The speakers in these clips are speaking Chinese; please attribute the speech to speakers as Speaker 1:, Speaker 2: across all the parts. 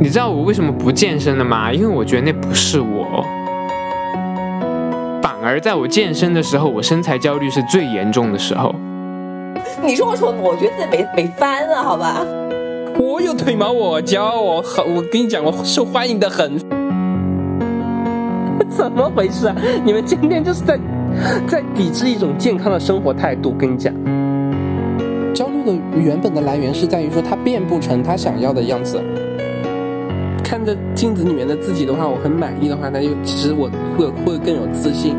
Speaker 1: 你知道我为什么不健身了吗？因为我觉得那不是我。反而在我健身的时候，我身材焦虑是最严重的时候。
Speaker 2: 你说我什么？我觉得自己美美翻了，好吧？
Speaker 3: 我有腿毛，我骄傲，我很，我跟你讲，我受欢迎的很。 怎么回事啊？你们今天就是在在抵制一种健康的生活态度。跟你讲，
Speaker 4: 焦虑的原本的来源是在于说他变不成他想要的样子。
Speaker 3: 看着镜子里面的自己的话，我很满意的话，那就其实我会会更有自信。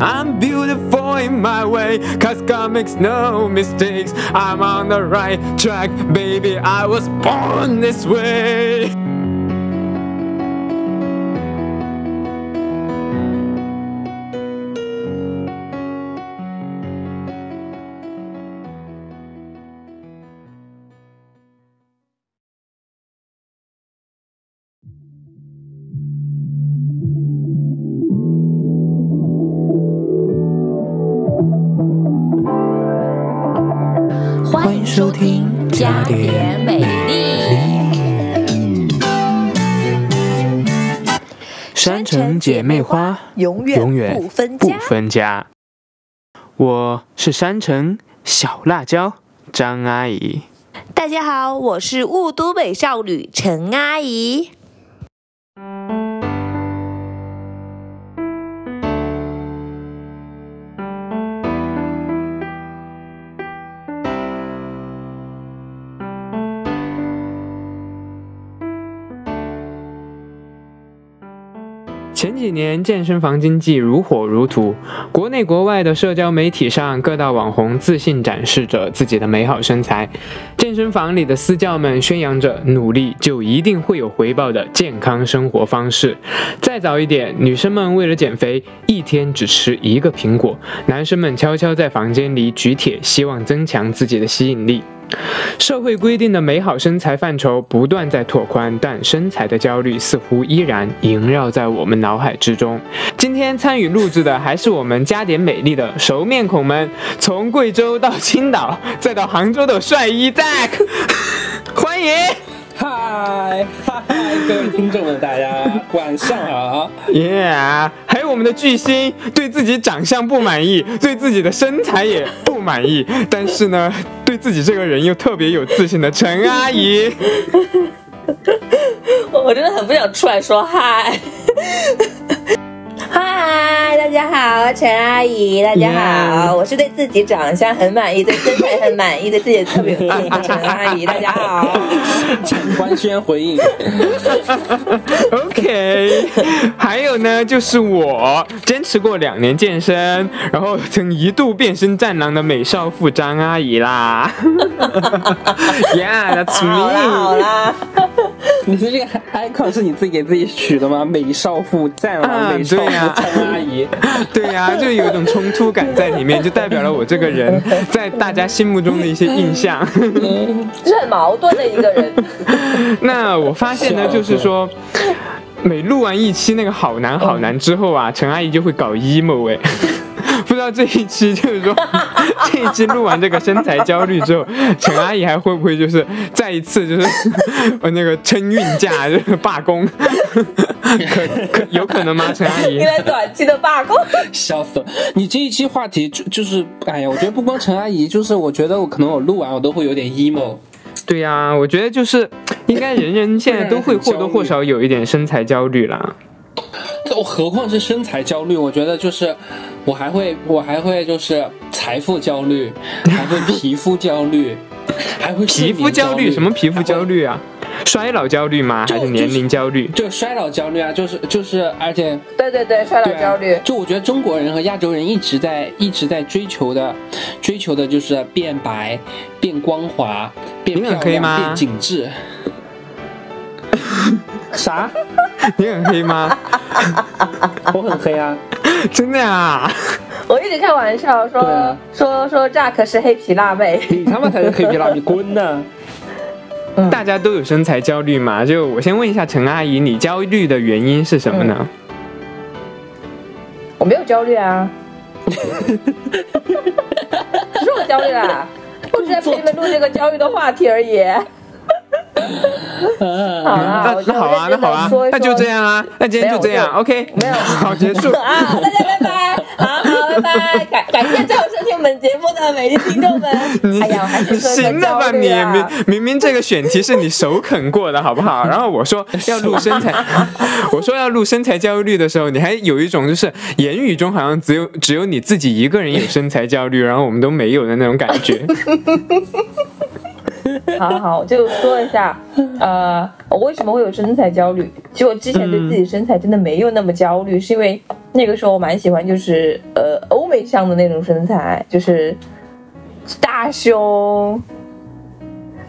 Speaker 1: I'm beautiful in my way, cause God makes no mistakes. I'm on the right track, baby. I was born this way.
Speaker 5: 欢迎收听加点美丽。
Speaker 1: 山城姐妹花，
Speaker 2: 永远
Speaker 1: 永远
Speaker 2: 不分
Speaker 1: 不
Speaker 2: 家。
Speaker 1: 分家。我是山城小辣椒张阿姨。
Speaker 2: 大家好，我是雾都美少女陈阿姨。
Speaker 1: 前几年健身房经济如火如荼，国内国外的社交媒体上，各大网红自信展示着自己的美好身材，健身房里的私教们宣扬着努力就一定会有回报的健康生活方式。再早一点，女生们为了减肥，一天只吃一个苹果；男生们悄悄在房间里举铁，希望增强自己的吸引力。社会规定的美好身材范畴不断在拓宽，但身材的焦虑似乎依然萦绕在我们脑海之中。今天参与录制的还是我们加点美丽的熟面孔们，从贵州到青岛，再到杭州的帅一 Zack，欢迎！
Speaker 3: 嗨嗨，各位听众们，大家晚上好。
Speaker 1: 耶、yeah,！还有我们的巨星，对自己长相不满意，对自己的身材也不满意，但是呢，对自己这个人又特别有自信的陈阿姨。
Speaker 2: 我真的很不想出来说 嗨。嗨，大家好，陈阿姨，大家好我是对自己长相很满意，对身材很满意，对自己特别有自信的陈阿 姨，大家好。
Speaker 3: 陈官宣回应，
Speaker 1: OK，还 有呢，就是我坚持过两年健身，然后曾一度变身战狼的美少妇张阿姨啦。yeah, that's
Speaker 2: 好啦好
Speaker 1: me。
Speaker 2: 啦，
Speaker 3: 你是这个 icon 是你自己给自己取的吗？美少妇战
Speaker 1: 啊
Speaker 3: 狼，美少妇
Speaker 1: 对呀
Speaker 3: 张阿姨。
Speaker 1: 对呀、就有一种冲突感在里面，就代表了我这个人在大家心目中的一些印象。
Speaker 2: 是很矛盾的一个 人。
Speaker 1: 那我发现呢，就是说。每录完一期那个好难好难之后啊，陈阿姨就会搞 emo 哎， 不知道这一期就是说 这一期录完这个身材焦虑之后，陈阿姨还会不会就是再一次就是 呃那个撑孕假就是罢工， 可可有可能吗？陈阿姨
Speaker 2: 因为短期的罢工，
Speaker 3: 笑死了！你这一期话题就就是，哎呀，我觉得不光陈阿姨，就是我觉得我可能我录完我都会有点 emo。
Speaker 1: 对呀、我觉得就是应该人人现在都会或多或少有一点身材焦虑啦。
Speaker 3: 我何况是身材焦虑，我觉得就是我还会我还会就是财富焦虑，还会皮肤焦虑，还会睡
Speaker 1: 皮
Speaker 3: 眠
Speaker 1: 肤焦
Speaker 3: 焦
Speaker 1: 虑什么皮肤焦
Speaker 3: 虑？
Speaker 1: 虑啊？衰老焦虑吗？
Speaker 3: 就
Speaker 1: 还是年龄焦虑？
Speaker 3: 就衰老焦虑啊，就是就是，而且
Speaker 2: 对对对，衰
Speaker 3: 对
Speaker 2: 老
Speaker 3: 啊
Speaker 2: 焦虑。
Speaker 3: 就我觉得中国人和亚洲人一直在一直在追求的，追求的就是变白、变光滑、变
Speaker 1: 你很
Speaker 3: 漂
Speaker 1: 黑
Speaker 3: 亮、
Speaker 1: 吗
Speaker 3: 变紧致。啥？
Speaker 1: 你很黑吗？
Speaker 3: 我很黑啊！
Speaker 1: 真的啊？
Speaker 2: 我一直开玩笑说、
Speaker 3: 对啊
Speaker 2: 说说 Jack 是黑皮辣 妹，
Speaker 3: 你他妈才是黑皮辣，你滚呐！
Speaker 1: 大家都有身材焦虑嘛？就我先问一下陈阿姨，你焦虑的原因是什么呢？
Speaker 2: 我没有焦虑 啊，啊 只是我焦虑啦，我只是在陪你们录这个焦虑的话题而已。好
Speaker 3: 嗯
Speaker 2: 啦，
Speaker 1: 那那好啊，那好啊，那就这样啊，那今天就这样，OK，
Speaker 2: 没有
Speaker 1: 好结束。
Speaker 2: 啊！大家拜拜，好好拜拜，感感谢最后收听我们节目的每位听众们。 哎呀，我还 是
Speaker 1: 你
Speaker 2: 说
Speaker 1: 行
Speaker 2: 很
Speaker 1: 了吧
Speaker 2: 焦
Speaker 1: 你
Speaker 2: 虑啊！
Speaker 1: 明明明这个选题是你首肯过的好不 好？然后我说要录身材， 我说要录身材焦虑的时候，你还有一种就是言语中好像只有只有你自己一个人有身材焦虑，然后我们都没有的那种感 觉。
Speaker 2: 好好，我就说一下，呃，我为什么会有身材焦虑？其实我之前对自
Speaker 1: 嗯
Speaker 2: 己身材真的没有那么焦虑，是因为那个时候我蛮喜欢就是呃欧美向的那种身材，就是大胸。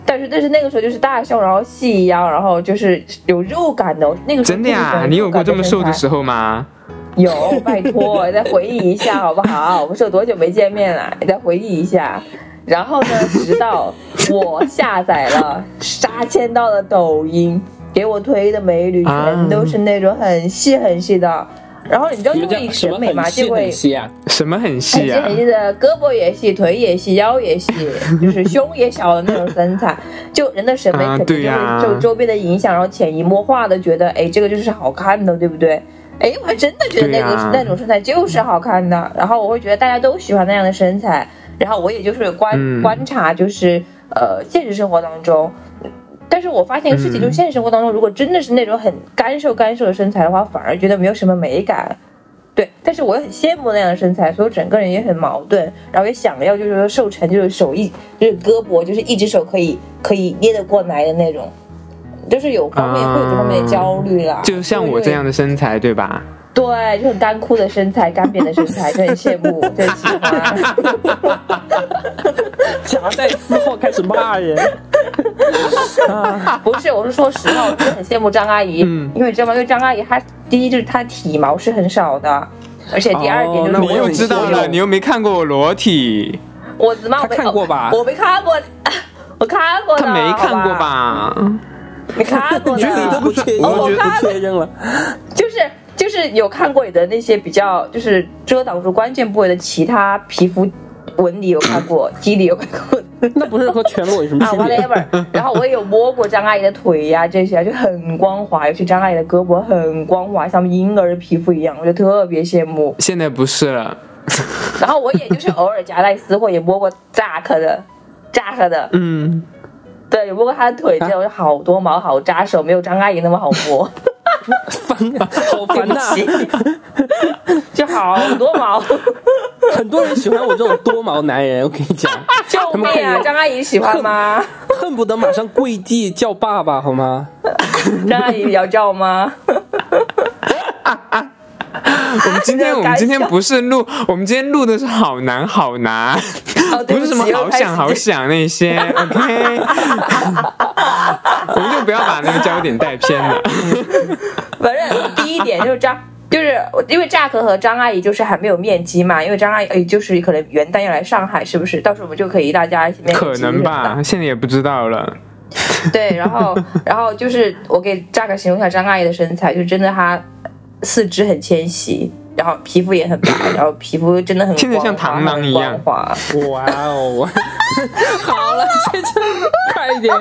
Speaker 2: 但是但是那个时候就是大胸，然后细腰，然后就是有肉感的。我那个时候
Speaker 1: 真的
Speaker 2: 特别喜
Speaker 1: 呀，
Speaker 2: 欢
Speaker 1: 你有过
Speaker 2: 肉感
Speaker 1: 这么瘦的
Speaker 2: 身材
Speaker 1: 时候吗？
Speaker 2: 有，拜托，再回忆一下好不好？我们是有多久没见面了？你再回忆一下。然后呢，直到我下载了杀千刀的抖音，给我推的美女全都是那种很细很细的。然后你知道，
Speaker 6: 啊你
Speaker 2: 因
Speaker 6: 们这
Speaker 2: 为
Speaker 6: 样什
Speaker 2: 审
Speaker 6: 么
Speaker 2: 美嘛，
Speaker 6: 很
Speaker 2: 就
Speaker 6: 细
Speaker 2: 会
Speaker 6: 很细啊？
Speaker 1: 什么很
Speaker 2: 很
Speaker 1: 细
Speaker 2: 细
Speaker 1: 啊
Speaker 2: 很？细的，胳膊也细，腿也细，腰 也细，就是胸也小的那种身材，就人的审美
Speaker 1: 啊
Speaker 2: 肯定
Speaker 1: 对
Speaker 2: 就
Speaker 1: 呀
Speaker 2: 会受周边的影响，然后潜移默化的觉得，哎，这个就是好看的，对不对？哎，我还真的觉得那
Speaker 1: 对
Speaker 2: 个、
Speaker 1: 呀
Speaker 2: 那种身材就是好看的，然后我会觉得大家都喜欢那样的身材，然后我也就是观、
Speaker 1: 嗯
Speaker 2: 观察，就是呃，现实生活当中。但是我发现一个事情，就
Speaker 1: 嗯
Speaker 2: 现实生活当中，如果真的是那种很干瘦干瘦的身材的话，反而觉得没有什么美感。对，但是我很羡慕那样的身材，所以我整个人也很矛盾，然后也想要就是说瘦成就是手一就是胳膊就是一只手可以可以捏得过来的那种，就是有方面、会有这方面的焦虑啦。
Speaker 1: 啊就像我这样的身材，对吧？
Speaker 2: 对，就很干枯的身材、干瘪的身材，就很羡慕，就很喜欢。
Speaker 6: 夹带私货开始骂 人，
Speaker 3: 啊
Speaker 2: 不是，我是说实话，我真的很羡慕张阿姨，
Speaker 1: 嗯
Speaker 2: 因为你知道吗？因为张阿姨她第一就是她体毛是很少的，而且第二点
Speaker 6: 哦
Speaker 2: 就是
Speaker 6: 那
Speaker 1: 你
Speaker 6: 我有
Speaker 1: 又
Speaker 6: 很
Speaker 1: 知道
Speaker 6: 瘦
Speaker 1: 了，你又没看过我裸体，
Speaker 2: 我怎么我
Speaker 6: 她
Speaker 2: 没
Speaker 6: 看过吧
Speaker 2: 我没看过， 我看过的，
Speaker 1: 他没看过
Speaker 2: 好？
Speaker 1: 吧？
Speaker 2: 你看过
Speaker 6: 觉得你都
Speaker 2: 的，
Speaker 6: 不确认，
Speaker 2: 哦我
Speaker 6: 觉得
Speaker 2: 看
Speaker 6: 不确认了。
Speaker 2: 就是。就是有看过你的那些比较，就是遮挡住关键部位的其他皮肤纹理有看 过，肌理有看过，
Speaker 6: 那不是和全裸有什么
Speaker 2: 啊
Speaker 6: 区别？
Speaker 2: ，whatever。然后我也有摸过张阿姨的腿呀、这些啊就很光滑，尤其张阿姨的胳膊很光滑，像婴儿的皮肤一样，我就特别羡慕。
Speaker 1: 现在不是了，
Speaker 2: 然后我也就是偶尔夹带私货，也摸过 Zack 的，Zack 的，
Speaker 1: 嗯。
Speaker 2: 对，有摸过她的腿，这种好多毛，好扎手，没有张阿姨那么好 摸，
Speaker 6: 烦啊，好
Speaker 2: 对
Speaker 6: 烦
Speaker 2: 不
Speaker 6: 呐、
Speaker 2: 起，就好多毛。
Speaker 6: 很多人喜欢我这种多毛男人，我跟你讲，
Speaker 2: 救
Speaker 6: 他
Speaker 2: 命
Speaker 6: 们恨
Speaker 2: 啊！
Speaker 6: 人
Speaker 2: 张阿姨喜欢吗？
Speaker 6: 恨不得马上跪地叫爸爸，好吗？
Speaker 2: 张阿姨要叫吗？
Speaker 1: 嗯我们今
Speaker 2: 这
Speaker 1: 天
Speaker 2: 个
Speaker 1: 我们
Speaker 2: 感
Speaker 1: 今天
Speaker 2: 受
Speaker 1: 不是录，我们今天录的是好难好难，
Speaker 2: 哦对
Speaker 1: 不
Speaker 2: 不
Speaker 1: 是什么
Speaker 2: 起又
Speaker 1: 好
Speaker 2: 开
Speaker 1: 想
Speaker 2: 始
Speaker 1: 好想那些，OK，我们就不要把那个焦点带偏了。
Speaker 2: 反正第一点就是张，就是因为扎克和张阿姨就是还没有面基嘛，因为张阿姨就是可能元旦要来上海，是不是？到时候我们就可以大家一起面基
Speaker 1: 可能吧，现在也不知道了。
Speaker 2: 什么的。对，然后 然后就是我给扎克形容一下张阿姨的身材，就真的她四肢很纤细。然后皮肤也很白，然后皮肤真的很
Speaker 1: 听着像
Speaker 2: 光滑
Speaker 1: 螳螂一样
Speaker 2: 很光滑。
Speaker 6: 哇哦， 好了，这这快一点，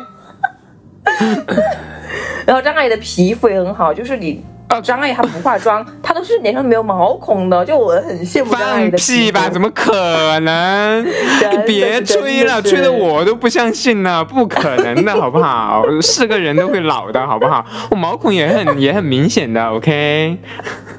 Speaker 2: 然后张阿姨的皮肤也很好，就是你
Speaker 1: 啊
Speaker 2: 张阿姨她不化妆，她都是脸上没有毛孔的，就我很羡慕张阿姨
Speaker 1: 放
Speaker 2: 的皮
Speaker 1: 屁
Speaker 2: 肤
Speaker 1: 吧，怎么可能？
Speaker 2: 真的
Speaker 1: 别
Speaker 2: 是真
Speaker 1: 吹了，
Speaker 2: 是
Speaker 1: 吹的我都不相信了，不可能的，好不好？ 是个人都会老的，好不好？我毛孔也很也很明显的，OK。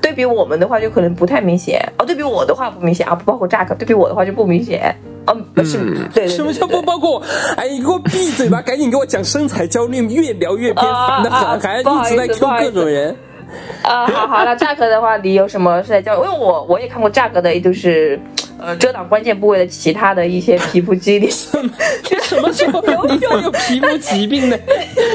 Speaker 2: 对比我们的话就可能不太明显哦，对比我的话不明显啊，不包括 Jack，对比我的话就不明显。嗯，不是，对对对
Speaker 6: 什么叫不包括我？哎，你给我闭嘴吧！赶紧给我讲身材焦虑，越聊越偏，
Speaker 2: 啊
Speaker 6: 烦的
Speaker 2: 啊
Speaker 6: 很，还
Speaker 2: 不好
Speaker 6: 一直在
Speaker 2: 意思不
Speaker 6: Q
Speaker 2: 好意思
Speaker 6: 各种 人。
Speaker 2: 啊？好好那 Jack 的话，你有什么是在教？因为我我也看过 Jack 的，就是呃遮挡关键部位的其他的一些皮肤肌理肌
Speaker 6: 什么时候你才有皮肤疾病 呢？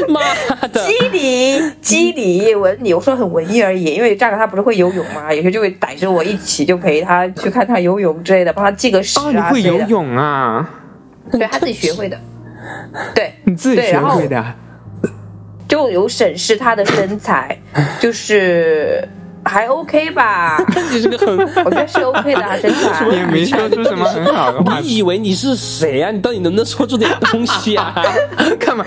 Speaker 6: 妈的！
Speaker 2: 理肌理纹理，我说很文艺而已，因为 Jack 他不是会游泳嘛，有些就会逮着我一起就陪他去看他游泳之类的，帮他记个时
Speaker 1: 哦，你
Speaker 2: 啊
Speaker 1: 会
Speaker 2: 之类
Speaker 1: 游
Speaker 2: 的，
Speaker 1: 泳啊？
Speaker 2: 对他自己学会的，对。
Speaker 1: 你自己
Speaker 2: 对
Speaker 1: 学
Speaker 2: 然后
Speaker 1: 会的啊。
Speaker 2: 就有审视她的身材，就是还 OK 吧，
Speaker 6: 你这个很，
Speaker 2: 我觉得是 OK 的、啊、身材。
Speaker 1: 也没说出什么很好的 话，
Speaker 6: 你以为你是谁啊？你到底能不能说出点东西啊？
Speaker 1: 干嘛？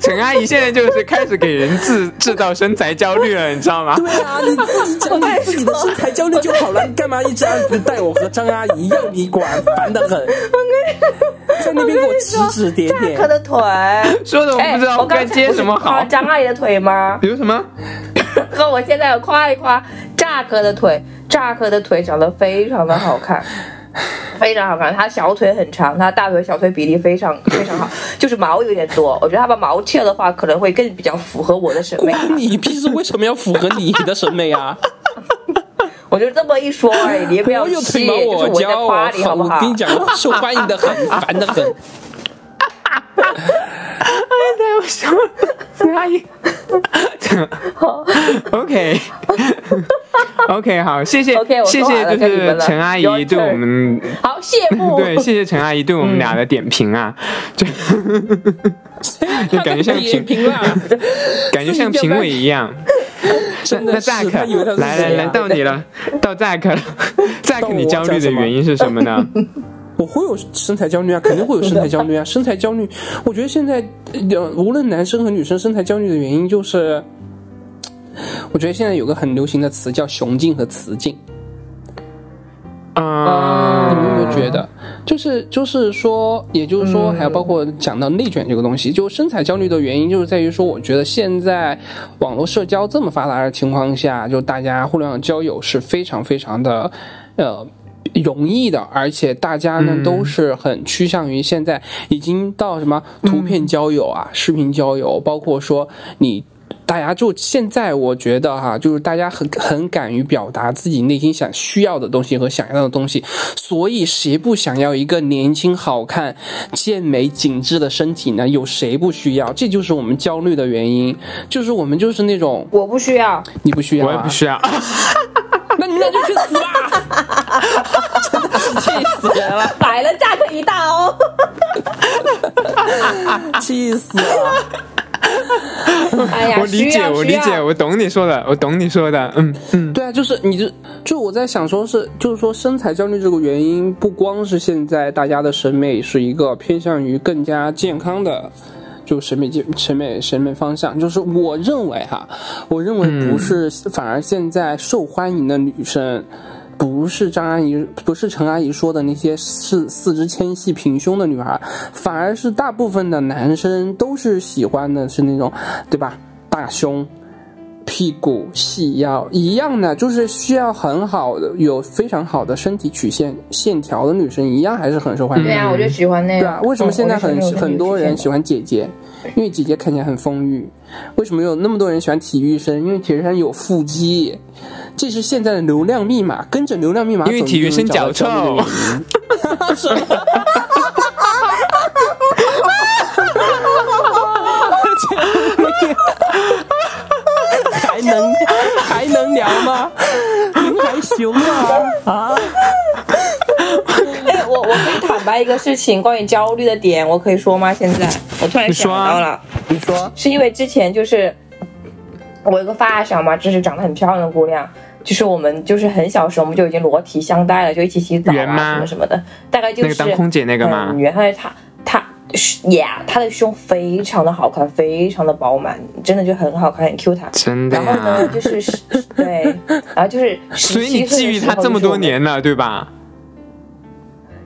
Speaker 1: 陈阿姨现在就是开始给人制制造身材焦虑了，你知道吗？
Speaker 3: 对啊，你自己 讲你自己的身材焦虑就好了，你干嘛一直按不带我和张阿姨要你管，烦得 很。在那边给我指指点点
Speaker 2: 他，的腿，
Speaker 1: 说的我
Speaker 2: 哎，
Speaker 1: 不知道
Speaker 2: 我刚才
Speaker 1: 该接
Speaker 2: 不是
Speaker 1: 什么
Speaker 2: 夸
Speaker 1: 好。
Speaker 2: 张阿姨的腿吗？
Speaker 1: 比如什么？
Speaker 2: 哥，我现在要夸一夸炸哥的腿，炸哥的腿长得非常的好看。非常好看，他小腿很长，他大腿小腿比例非常非常好，就是毛有点多。我觉得他把毛剃了的话，可能会更比较符合我的审美。
Speaker 3: 关你屁事？为什么要符合你的审美啊？
Speaker 2: 我就这么一说而已，你 也不要
Speaker 3: 我有
Speaker 2: 气，
Speaker 3: 腿毛，
Speaker 2: 就是
Speaker 3: 我
Speaker 2: 我
Speaker 3: 骄
Speaker 2: 在
Speaker 3: 傲，
Speaker 2: 夸你好不好
Speaker 3: 我？跟你讲，受欢迎的很，烦的 很。
Speaker 1: 太我笑了，陈阿 姨。OK OK 好，谢谢
Speaker 2: OK，我
Speaker 1: 谢
Speaker 2: 说完
Speaker 1: 谢
Speaker 2: 了
Speaker 1: 就
Speaker 2: 该你
Speaker 1: 是
Speaker 2: 们了
Speaker 1: 陈阿
Speaker 2: Your
Speaker 1: 姨对我 们
Speaker 2: 好，谢幕。
Speaker 1: 对谢谢陈阿姨对我们俩的点评啊，
Speaker 2: 嗯
Speaker 1: 就就感 觉像评
Speaker 3: 评啦，
Speaker 1: 感觉像评委一 样。
Speaker 3: 真
Speaker 1: 那
Speaker 3: 的是，他以为他
Speaker 1: Zack
Speaker 3: 是
Speaker 1: 来来
Speaker 3: 谁啊
Speaker 1: 来，到你了，到 Zack 了
Speaker 3: 到
Speaker 1: ，Zack
Speaker 3: 我
Speaker 1: 你焦虑的原因是什么呢？
Speaker 3: 我会有身材焦虑啊，肯定会有身材焦虑啊。身材焦虑，我觉得现在呃，无论男生和女生身材焦虑的原因就是，我觉得现在有个很流行的词叫“雄竞”和“雌竞”。你们有没有
Speaker 1: 嗯，
Speaker 3: 觉得？就是就是说，也就是说，还有包括讲到内卷这个东西，就身材焦虑的原因，就是在于说，我觉得现在网络社交这么发达的情况下，就大家互联网交友是非常非常的，呃。容易的，而且大家呢都是很趋向于现在已经到什么图片交友啊、视频交友，包括说你大家就现在，我觉得哈、就是大家很很敢于表达自己内心想需要的东西和想要的东西，所以谁不想要一个年轻、好看、健美、紧致的身体呢？有谁不需要？这就是我们焦虑的原因，就是我们就是那种
Speaker 2: 我不需要，
Speaker 3: 你不需要、
Speaker 1: 我
Speaker 3: 啊，
Speaker 1: 也不需要。
Speaker 3: 那你那就去死啊吧！ 真的是气死人了，
Speaker 2: 买了价格一大哦。
Speaker 3: 气死了！
Speaker 2: 哎呀，
Speaker 1: 我理
Speaker 2: 需
Speaker 1: 解，
Speaker 2: 要
Speaker 1: 我
Speaker 2: 需
Speaker 1: 理
Speaker 2: 要
Speaker 1: 解，我懂你说的，我懂你说的，嗯嗯，
Speaker 3: 对啊，就是你就就我在想说是，就是说身材焦虑这个原因，不光是现在大家的审美是一个偏向于更加健康的。就审美界审美审美方向，就是我认为哈，我认为不是，反而现在受欢迎的女生，不是张阿姨，不是陈阿姨说的那些四四肢纤细平胸的女孩，反而是大部分的男生都是喜欢的是那种，对吧？大胸、屁股细腰一样的，就是需要很好的、有非常好的身体曲线线条的女生，一样还是很受欢迎。
Speaker 2: 对啊，我就喜欢那个。
Speaker 3: 对啊，为什么现在很、
Speaker 2: 嗯我就喜欢那种
Speaker 3: 很多人喜欢姐姐？因为姐姐看起来很丰腴。为什么有那么多人喜欢体育生？因为体育生有腹肌。这是现在的流量密码，跟着流量密码走，
Speaker 1: 因为体育生脚
Speaker 3: 你就能
Speaker 1: 臭
Speaker 3: 找到焦虑的原因。什么？ 还能还能聊吗？您还行吗？啊，
Speaker 2: 哎，我我可以坦白一个事情，关于焦虑的点，我可以说吗？现 在我突然
Speaker 1: 你
Speaker 2: 想
Speaker 1: 说啊
Speaker 2: 到了，
Speaker 3: 你说
Speaker 2: 是因为之前就是我有个发小嘛，就是长得很漂亮的姑娘，就是我们就是很小时候我们就已经裸体相待了，就一起洗澡
Speaker 1: 圆
Speaker 2: 啊
Speaker 1: 吗
Speaker 2: 什么什么的，大概就
Speaker 1: 那
Speaker 2: 是
Speaker 1: 个当空姐那个吗
Speaker 2: 嗯，？原来她她是呀，她的胸非常的好看，非常的饱满，真的就很好看，很 Q 弹。
Speaker 1: 真的
Speaker 2: 然后呢，
Speaker 1: 呀，
Speaker 2: 就是是对，然后就是17
Speaker 1: 所以你觊
Speaker 2: 岁的
Speaker 1: 觎
Speaker 2: 时
Speaker 1: 他
Speaker 2: 候
Speaker 1: 这么
Speaker 2: 就是
Speaker 1: 多
Speaker 2: 我们
Speaker 1: 年了，对吧？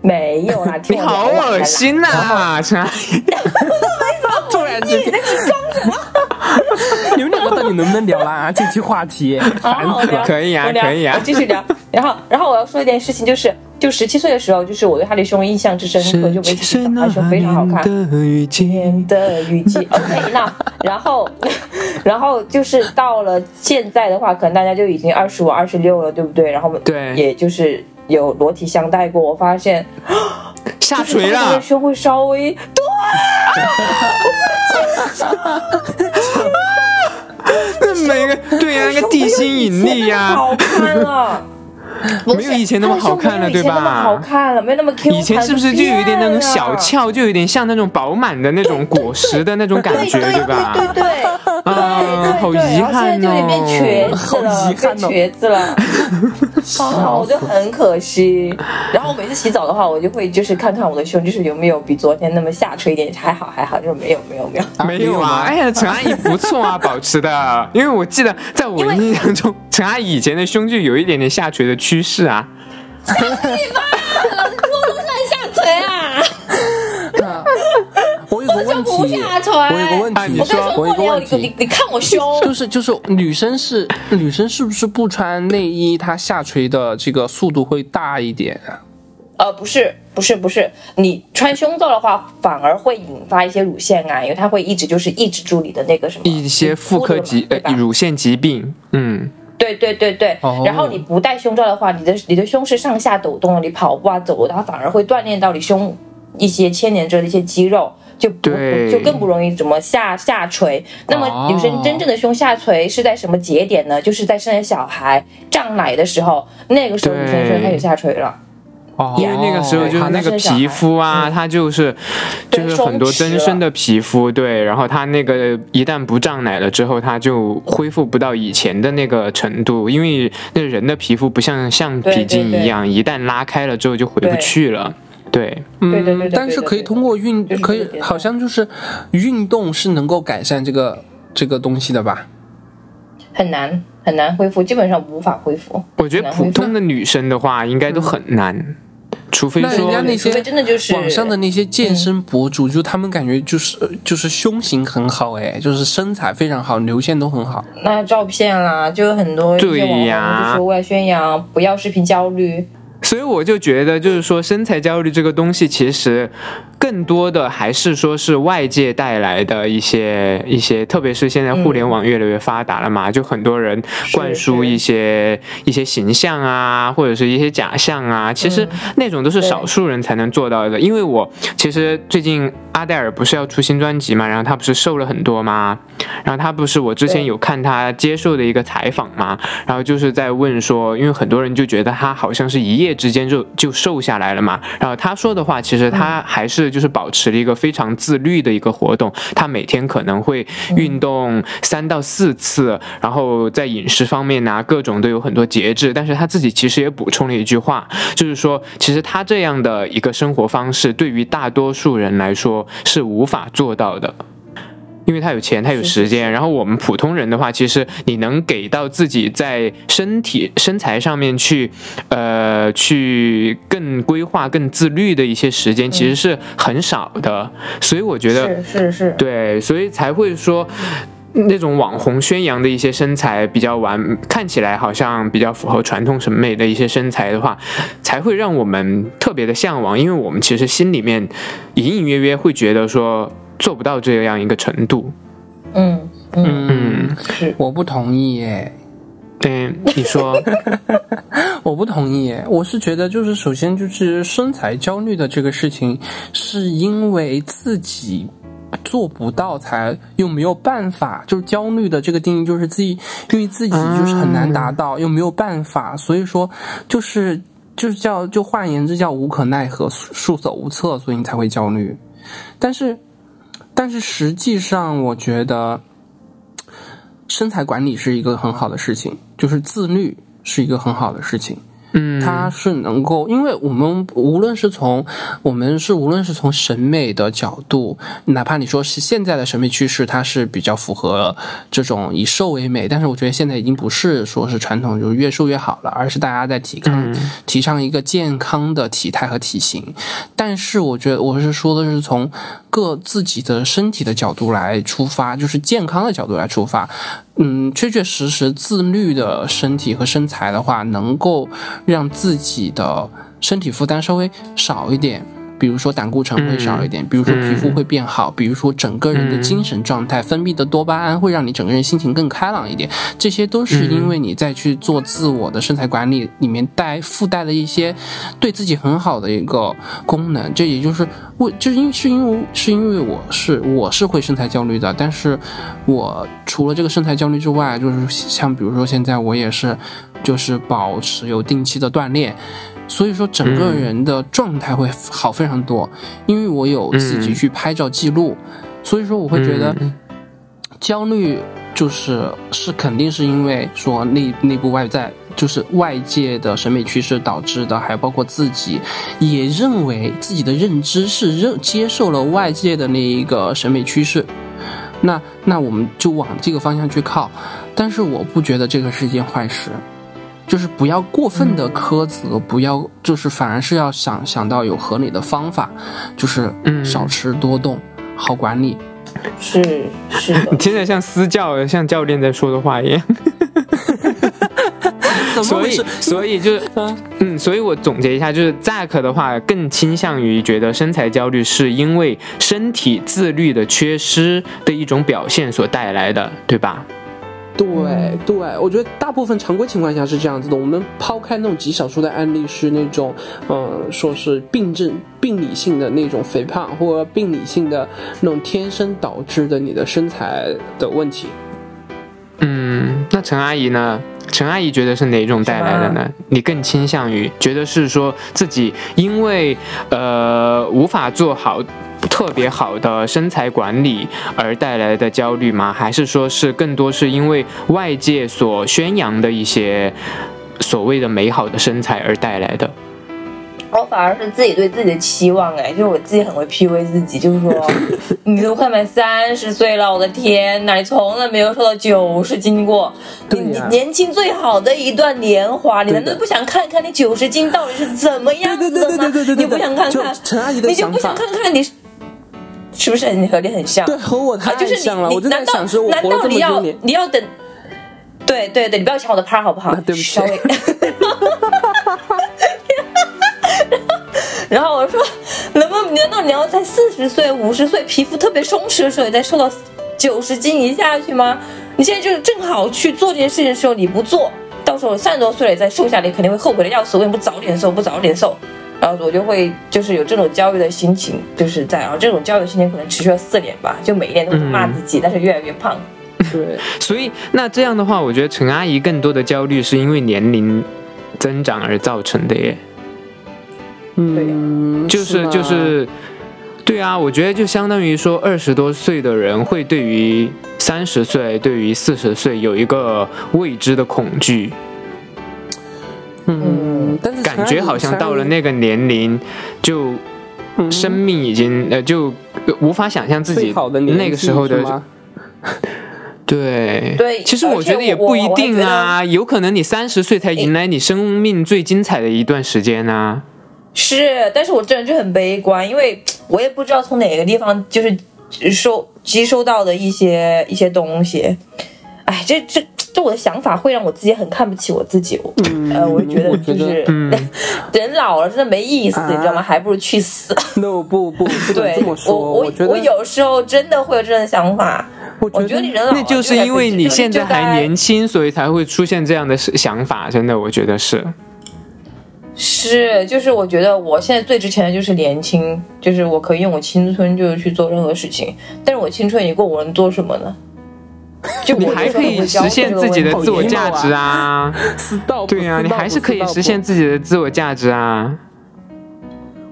Speaker 2: 没有啦，
Speaker 1: 你
Speaker 2: 听我
Speaker 1: 好
Speaker 2: 聊完
Speaker 1: 恶
Speaker 2: 啦
Speaker 1: 心啊呐，陈阿姨。
Speaker 3: 突然之间， 你们两个到底能不能聊啦、这期话题烦
Speaker 2: 好
Speaker 3: 死
Speaker 2: 聊
Speaker 3: 了。
Speaker 1: 可以啊
Speaker 2: 哦我聊
Speaker 1: 可以啊
Speaker 2: 我继续聊。 然后，然后我要说一件事情，就是就十七岁的时候，就是我对他的胸印象之深刻，就我一起去找他的胸非常好看。
Speaker 1: 的雨季，
Speaker 2: 年的雨季 ，OK，那然后， 然后就是到了现在的话，可能大家就已经二十五、二十六了，对不对？然后我们
Speaker 1: 对
Speaker 2: 也就是有裸体相待过，我发现
Speaker 1: 下
Speaker 2: 就是
Speaker 1: 垂
Speaker 2: 他的
Speaker 1: 了，
Speaker 2: 胸会稍微
Speaker 1: 那每个对呀，那个
Speaker 2: 哎
Speaker 1: 地心引力呀
Speaker 2: 好，看了，
Speaker 1: 没有以前
Speaker 2: 哎
Speaker 1: 那么好看了，对
Speaker 2: 没有以前那么好
Speaker 1: 吧？
Speaker 2: 看啊了，没有那么 Q 弹。
Speaker 1: 以前是不是就有一点那种
Speaker 2: 变
Speaker 1: 小
Speaker 2: 了
Speaker 1: 翘，就有点像那种饱满的那种果实的那种感觉，
Speaker 2: 对
Speaker 1: 吧？
Speaker 2: 对对对，
Speaker 1: 啊，好遗
Speaker 2: 然后现在
Speaker 1: 憾
Speaker 2: 就已经变
Speaker 1: 哦。
Speaker 2: 瘸子了，
Speaker 3: 好遗憾
Speaker 2: 变
Speaker 3: 哦
Speaker 2: 瘸子了，啊，我就很可惜。然后我每次洗澡的话，我就会就是看看我的胸，就是有没有比昨天那么下垂一点，还好还好，就是没有没有没有。
Speaker 1: 没有啊，哎呀，陈阿姨不错啊，保持的，因为我记得在我印象中，陈阿姨以前的胸就有一点点下垂的趋势啊。
Speaker 2: 下垂啊，
Speaker 3: 我有个问题，
Speaker 2: 不下垂。
Speaker 3: 我有个问
Speaker 1: 哎你
Speaker 3: 题，
Speaker 1: 说
Speaker 3: 我有个问
Speaker 2: 你
Speaker 3: 题，
Speaker 2: 你看我胸，
Speaker 3: 就是就是女生是女生是不是不穿内衣，她下垂的这个速度会大一点啊？
Speaker 2: 呃，不是，不是，不是，你穿胸罩的话，反而会引发一些乳腺癌，因为它会一直就是抑制住你的那个什么
Speaker 1: 一些
Speaker 2: 嗯
Speaker 1: 妇科疾
Speaker 2: 对
Speaker 1: 呃
Speaker 2: 吧
Speaker 1: 乳腺疾病，嗯，
Speaker 2: 对对对对。
Speaker 3: 哦
Speaker 2: 然后你不戴胸罩的话，你的你的胸是上下抖动的，你跑步啊、走路，它反而会锻炼到你胸一些牵连着的一些肌肉。就不
Speaker 1: 对
Speaker 2: 就更不容易怎么下下垂。那么
Speaker 3: 哦
Speaker 2: 女生真正的胸下垂是在什么节点呢？就是在生了小孩、胀奶的时候，那个时候女生就开始下垂了。
Speaker 3: 哦
Speaker 1: 因为那个时候就是那个皮肤啊，它就是
Speaker 2: 嗯对
Speaker 1: 就是很多
Speaker 2: 松弛
Speaker 1: 增
Speaker 2: 了
Speaker 1: 生的皮肤，对，然后它那个一旦不胀奶了之后，它就恢复不到以前的那个程度，因为那人的皮肤不像橡
Speaker 2: 对
Speaker 1: 皮
Speaker 2: 对
Speaker 1: 筋
Speaker 2: 对
Speaker 1: 一样，一旦拉开了之后就回不
Speaker 2: 对
Speaker 1: 去了，对，
Speaker 2: 对对对对对
Speaker 3: 嗯但是可以通过运
Speaker 2: 对对，对
Speaker 3: 可
Speaker 2: 就
Speaker 3: 以
Speaker 2: 是这个阶段
Speaker 3: 好像就是运动是能够改善这个这个东西的吧？
Speaker 2: 很难很难恢复，基本上无法恢复。
Speaker 1: 我觉得普通的女生的话应该
Speaker 2: 嗯
Speaker 1: 都很难，除非
Speaker 3: 那人
Speaker 1: 说
Speaker 3: 家那
Speaker 2: 除非
Speaker 3: 些
Speaker 2: 真的就是
Speaker 3: 网上的那些健身博主，就他们感觉就是呃就是胸型很好，哎，就是身材非常好，流线都很好。
Speaker 2: 那照片啦，就有很多一些
Speaker 1: 对呀
Speaker 2: 网红就是为了宣扬不要视频焦虑，
Speaker 1: 所以我就觉得，就是说身材焦虑这个东西，其实更多的还是说是外界带来的一些一些，特别是现在互联网越来越发达了嘛，就很多人灌输
Speaker 2: 嗯是
Speaker 1: 一些一些形象啊，或者是一些假象
Speaker 2: 嗯
Speaker 1: 啊，其实那种都是少数人才能做到的。因为我其实最近阿黛尔不是要出新专辑嘛，然后她不是瘦了很多吗？然后他不是我之前
Speaker 2: 对
Speaker 1: 有看他接受的一个采访嘛，然后就是在问说，因为很多人就觉得他好像是一夜之间就就瘦下来了嘛，然后他说的话，其实他还是就是保持了一个非常自律的一个活动，他每天可能会运动三到四次，然后在饮食方面呢、啊各种都有很多节制，但是他自己其实也补充了一句话，就是说，其实他这样的一个生活方式，对于大多数人来说是无法做到的。因为他有钱，他有时间。然后我们普通人的话，其实你能给到自己在身体身材上面去，呃，去更规划、更自律的一些时间，其实是很少的。所以我觉得，
Speaker 2: 是是是，
Speaker 1: 对，所以才会说。那种网红宣扬的一些身材比较完，看起来好像比较符合传统审美的一些身材的话，才会让我们特别的向往，因为我们其实心里面隐隐约约会觉得说做不到这样一个程度。
Speaker 2: 嗯嗯
Speaker 1: 嗯，
Speaker 2: 是，
Speaker 3: 我不同意，哎，
Speaker 1: 嗯，你 说，
Speaker 3: 我不同意，我是觉得就是首先就是身材焦虑的这个事情，是因为自己做不到才又没有办法，就是焦虑的这个定义就是自己因为自己就是很难达到，又没有办法，所以说就是就是叫就换言之叫无可奈何、束束手无策，所以你才会焦虑。但是但是实际上，我觉得身材管理是一个很好的事情，就是自律是一个很好的事情。
Speaker 1: 嗯，
Speaker 3: 它是能够，因为我们无论是从我们是无论是从审美的角度，哪怕你说是现在的审美趋势，它是比较符合这种以瘦为美，但是我觉得现在已经不是说是传统就是越瘦越好了，而是大家在提倡、提倡一个健康的体态和体型。但是我觉得我是说的是从各自己的身体的角度来出发，就是健康的角度来出发。嗯，确确实实自律的身体和身材的话，能够让自己的身体负担稍微少一点。比如说胆固醇会少一点，比如说皮肤会变好，比如说整个人的精神状态、分泌的多巴胺会让你整个人心情更开朗一点，这些都是因为你在去做自我的身材管理里面带附带了一些对自己很好的一个功能。这也就是我，就是因是因为是因为我是我是会身材焦虑的，但是我除了这个身材焦虑之外，就是像比如说现在我也是，就是保持有定期的锻炼。所以说，整个人的状态会好非常多，因为我有自己去拍照记录，所以说我会觉得，焦虑就是是肯定是因为说内内部外在就是外界的审美趋势导致的，还有包括自己也认为自己的认知是认接受了外界的那一个审美趋势，那那我们就往这个方向去靠，但是我不觉得这个是一件坏事。就是不要过分的苛责，不要就是反而是要想想到有合理的方法，就是
Speaker 1: 嗯
Speaker 3: 少吃多动，好管理。
Speaker 2: 是是的
Speaker 1: 你，听着像私教，像教练在说的话一样。
Speaker 3: 怎么
Speaker 1: 所
Speaker 3: 回
Speaker 1: 以
Speaker 3: 事，？啊
Speaker 1: 所以就是，嗯，所以我总结一下，就是 Zack 的话更倾向于觉得身材焦虑是因为身体自律的缺失的一种表现所带来的，对吧？
Speaker 3: 对对，我觉得大部分常规情况下是这样子的。我们抛开那种极少数的案例是那种，呃，说是病症、病理性的那种肥胖，或者病理性的那种天生导致的你的身材的问题。
Speaker 2: 啊
Speaker 1: 嗯，那陈阿姨呢？陈阿姨觉得是哪种带来的呢？你更倾向于觉得是说自己因为呃无法做好特别好的身材管理而带来的焦虑吗？还是说是更多是因为外界所宣扬的一些所谓的美好的身材而带来的？
Speaker 2: 我反而是自己对自己的期望哎，就是我自己很会 PUA 自己，就是 说你都快满三十岁了，我的天哪，你从来没有瘦到九十斤过，你
Speaker 3: 对
Speaker 2: 你
Speaker 3: 呀
Speaker 2: 年轻最好的一段年华，你难道不想看看你九十斤到底是怎么样子的吗？你不想看
Speaker 3: 就
Speaker 2: 看，
Speaker 3: 陈阿姨的
Speaker 2: 你就
Speaker 3: 想
Speaker 2: 不
Speaker 3: 法
Speaker 2: 想，看看你是是不是很合理很像？
Speaker 3: 对，和我
Speaker 2: 啊，就
Speaker 3: 太
Speaker 2: 是
Speaker 3: 像
Speaker 2: 你
Speaker 3: 了。
Speaker 2: 你
Speaker 3: 我正在
Speaker 2: 难道
Speaker 3: 想说，我
Speaker 2: 难
Speaker 3: 活了
Speaker 2: 道
Speaker 3: 这
Speaker 2: 你
Speaker 3: 么
Speaker 2: 要
Speaker 3: 多年，
Speaker 2: 你要等？对对对，你不要抢我的拍好不好？
Speaker 3: 啊对不起
Speaker 2: 稍微。 然后我说，难道难道你要在四十岁、五十岁皮肤特别松弛的时候，你再瘦到九十斤以下去吗？你现在就是正好去做这件事情的时候，你不做，到时候三十多岁了你再瘦下来，肯定会后悔的要死。为什么不早点瘦？不早点瘦？然呃后我就会就是有这种焦虑的心情，就是在，然后这种焦虑的心情可能持续了四年吧，就每一年都会骂自
Speaker 3: 嗯
Speaker 2: 己，但是越来越胖。
Speaker 3: 对，
Speaker 1: 所以那这样的话，我觉得陈阿姨更多的焦虑是因为年龄增长而造成的耶。
Speaker 3: 嗯，
Speaker 1: 就是
Speaker 3: 吗
Speaker 1: 就是，对啊，我觉得就相当于说，二十多岁的人会对于三十岁、对于四十岁有一个未知的恐惧，
Speaker 3: 嗯，但是
Speaker 1: 感
Speaker 3: 陈阿
Speaker 1: 觉
Speaker 3: 姨
Speaker 1: 好像
Speaker 3: 陈阿
Speaker 1: 到了
Speaker 3: 姨
Speaker 1: 那个年龄，就生命已经呃就无法想象自己
Speaker 3: 嗯最好的年纪
Speaker 1: 那个时候
Speaker 3: 是
Speaker 1: 的
Speaker 3: 吗嗯
Speaker 1: 对
Speaker 2: 对
Speaker 1: 其实
Speaker 2: 而
Speaker 1: 我
Speaker 2: 且
Speaker 1: 觉得也
Speaker 2: 我
Speaker 1: 不一
Speaker 2: 我还
Speaker 1: 定
Speaker 2: 觉得
Speaker 1: 啊，有可能你三十岁才迎来你生命最精彩的一段时间啊。
Speaker 2: 是，但是我这人就很悲观，因为我也不知道从哪个地方就是收吸收到的一些一些东西。哎，这这这我的想法会让我自己很看不起我自己。我呃，我觉得
Speaker 3: 嗯我觉
Speaker 2: 就
Speaker 3: 得嗯
Speaker 2: 是 人老了真的没意思，你知道吗？还不如去死。
Speaker 3: no 不不不能
Speaker 2: 对
Speaker 3: 这么，说，
Speaker 2: 我我
Speaker 3: 觉得
Speaker 2: 我有时候真的会有这样的想法。
Speaker 3: 我
Speaker 2: 我
Speaker 3: 觉
Speaker 2: 觉得
Speaker 3: 得
Speaker 2: 你人老了
Speaker 1: 那就是
Speaker 2: 该
Speaker 1: 因为
Speaker 2: 自
Speaker 1: 你
Speaker 2: 就
Speaker 1: 现在
Speaker 2: 就该
Speaker 1: 还年轻，所以才会出现这样的想法。真的，我觉得是。
Speaker 2: 是，就是我觉得我现在最值钱的就是年轻，就是我可以用我青春就是去做任何事情，但是我青春已过，我能做什么呢？就
Speaker 1: 你
Speaker 2: 我
Speaker 1: 还
Speaker 2: 就
Speaker 1: 可
Speaker 2: 说
Speaker 1: 以
Speaker 2: 我焦
Speaker 1: 实
Speaker 2: 虑
Speaker 1: 现
Speaker 2: 这个
Speaker 1: 自己的
Speaker 2: 问题
Speaker 1: 自我价值啊，
Speaker 3: 死道
Speaker 1: 对啊，你还是可以实现自己的自我价值啊。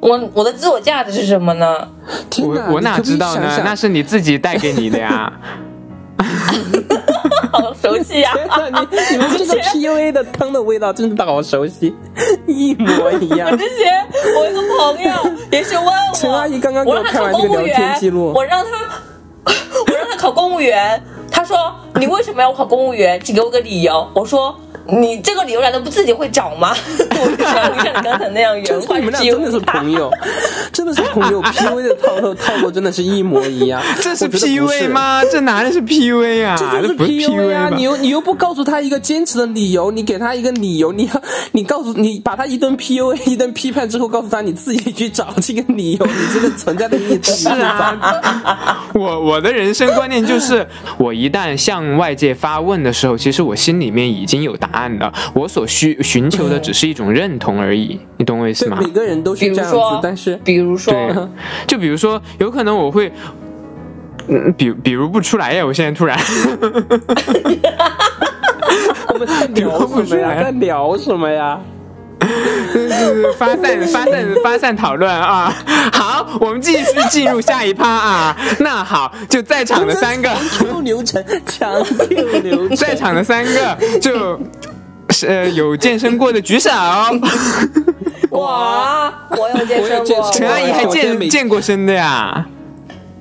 Speaker 2: 我我的自我价值是什么呢？
Speaker 3: 天
Speaker 1: 我我哪知道呢？那是你自己带给你的呀。
Speaker 2: 好熟悉啊呀、
Speaker 3: 天哪，你你们 这个 PUA 的汤的味道真的好熟悉， 一模一样。
Speaker 2: 之前我一个朋友也是问我，
Speaker 3: 陈阿姨刚刚给
Speaker 2: 我
Speaker 3: 我
Speaker 2: 让他
Speaker 3: 看
Speaker 2: 考
Speaker 3: 完这
Speaker 2: 公
Speaker 3: 个
Speaker 2: 务
Speaker 3: 聊天
Speaker 2: 员，
Speaker 3: 记录，
Speaker 2: 我让他 我让他考公务员，他说你为什么要考公务员？请给我个理由。我说。你这个理由难道不自己会找吗？ 我就像你像你刚才那样原
Speaker 3: 就是
Speaker 2: 话
Speaker 3: 你们俩
Speaker 2: 记录
Speaker 3: 真的是朋友，真的是朋友。PUA 的套路套路真的是一模一样，
Speaker 1: 这是
Speaker 3: 我觉得不
Speaker 1: PUA
Speaker 3: 是？
Speaker 1: 吗？这哪里是 PUA 啊？
Speaker 3: 这就是
Speaker 1: 不是
Speaker 3: PUA 啊！
Speaker 1: 吧
Speaker 3: 你？又你又不告诉他一个坚持的理由，你给他一个理由，你要你告诉你把他一顿 PUA 一顿批判之后，告诉他你自己去找这个理由，你这个存在的意义 自己
Speaker 1: 是
Speaker 3: 去找。
Speaker 1: 啊， 我我的人生观念就是，我一旦向外界发问的时候，其实我心里面已经有答案了，我所需寻求的只是一种认同而已，你懂我意思
Speaker 3: 对，
Speaker 1: 吗？
Speaker 3: 每个人都
Speaker 2: 比
Speaker 3: 是
Speaker 2: 如
Speaker 3: 这样子
Speaker 2: 说，，
Speaker 3: 但是
Speaker 2: 比如说，
Speaker 1: 对，就比如说，有可能我会，嗯，比比如不出来呀，我现在突然，
Speaker 3: 我们在聊什么呀？在聊什么呀？
Speaker 1: 对对对，发散发散发散讨论啊！好，我们继续进入下一趴啊。那好，就在场的三个，
Speaker 7: Q 流程，强 Q 流程，
Speaker 1: 在场的三个就。是呃，有健身过的举手。
Speaker 2: 我我有健
Speaker 6: 我
Speaker 2: 身
Speaker 6: 有健
Speaker 2: 过，
Speaker 6: 身
Speaker 1: 陈阿姨还
Speaker 6: 我
Speaker 1: 健
Speaker 6: 没
Speaker 1: 健过身的呀？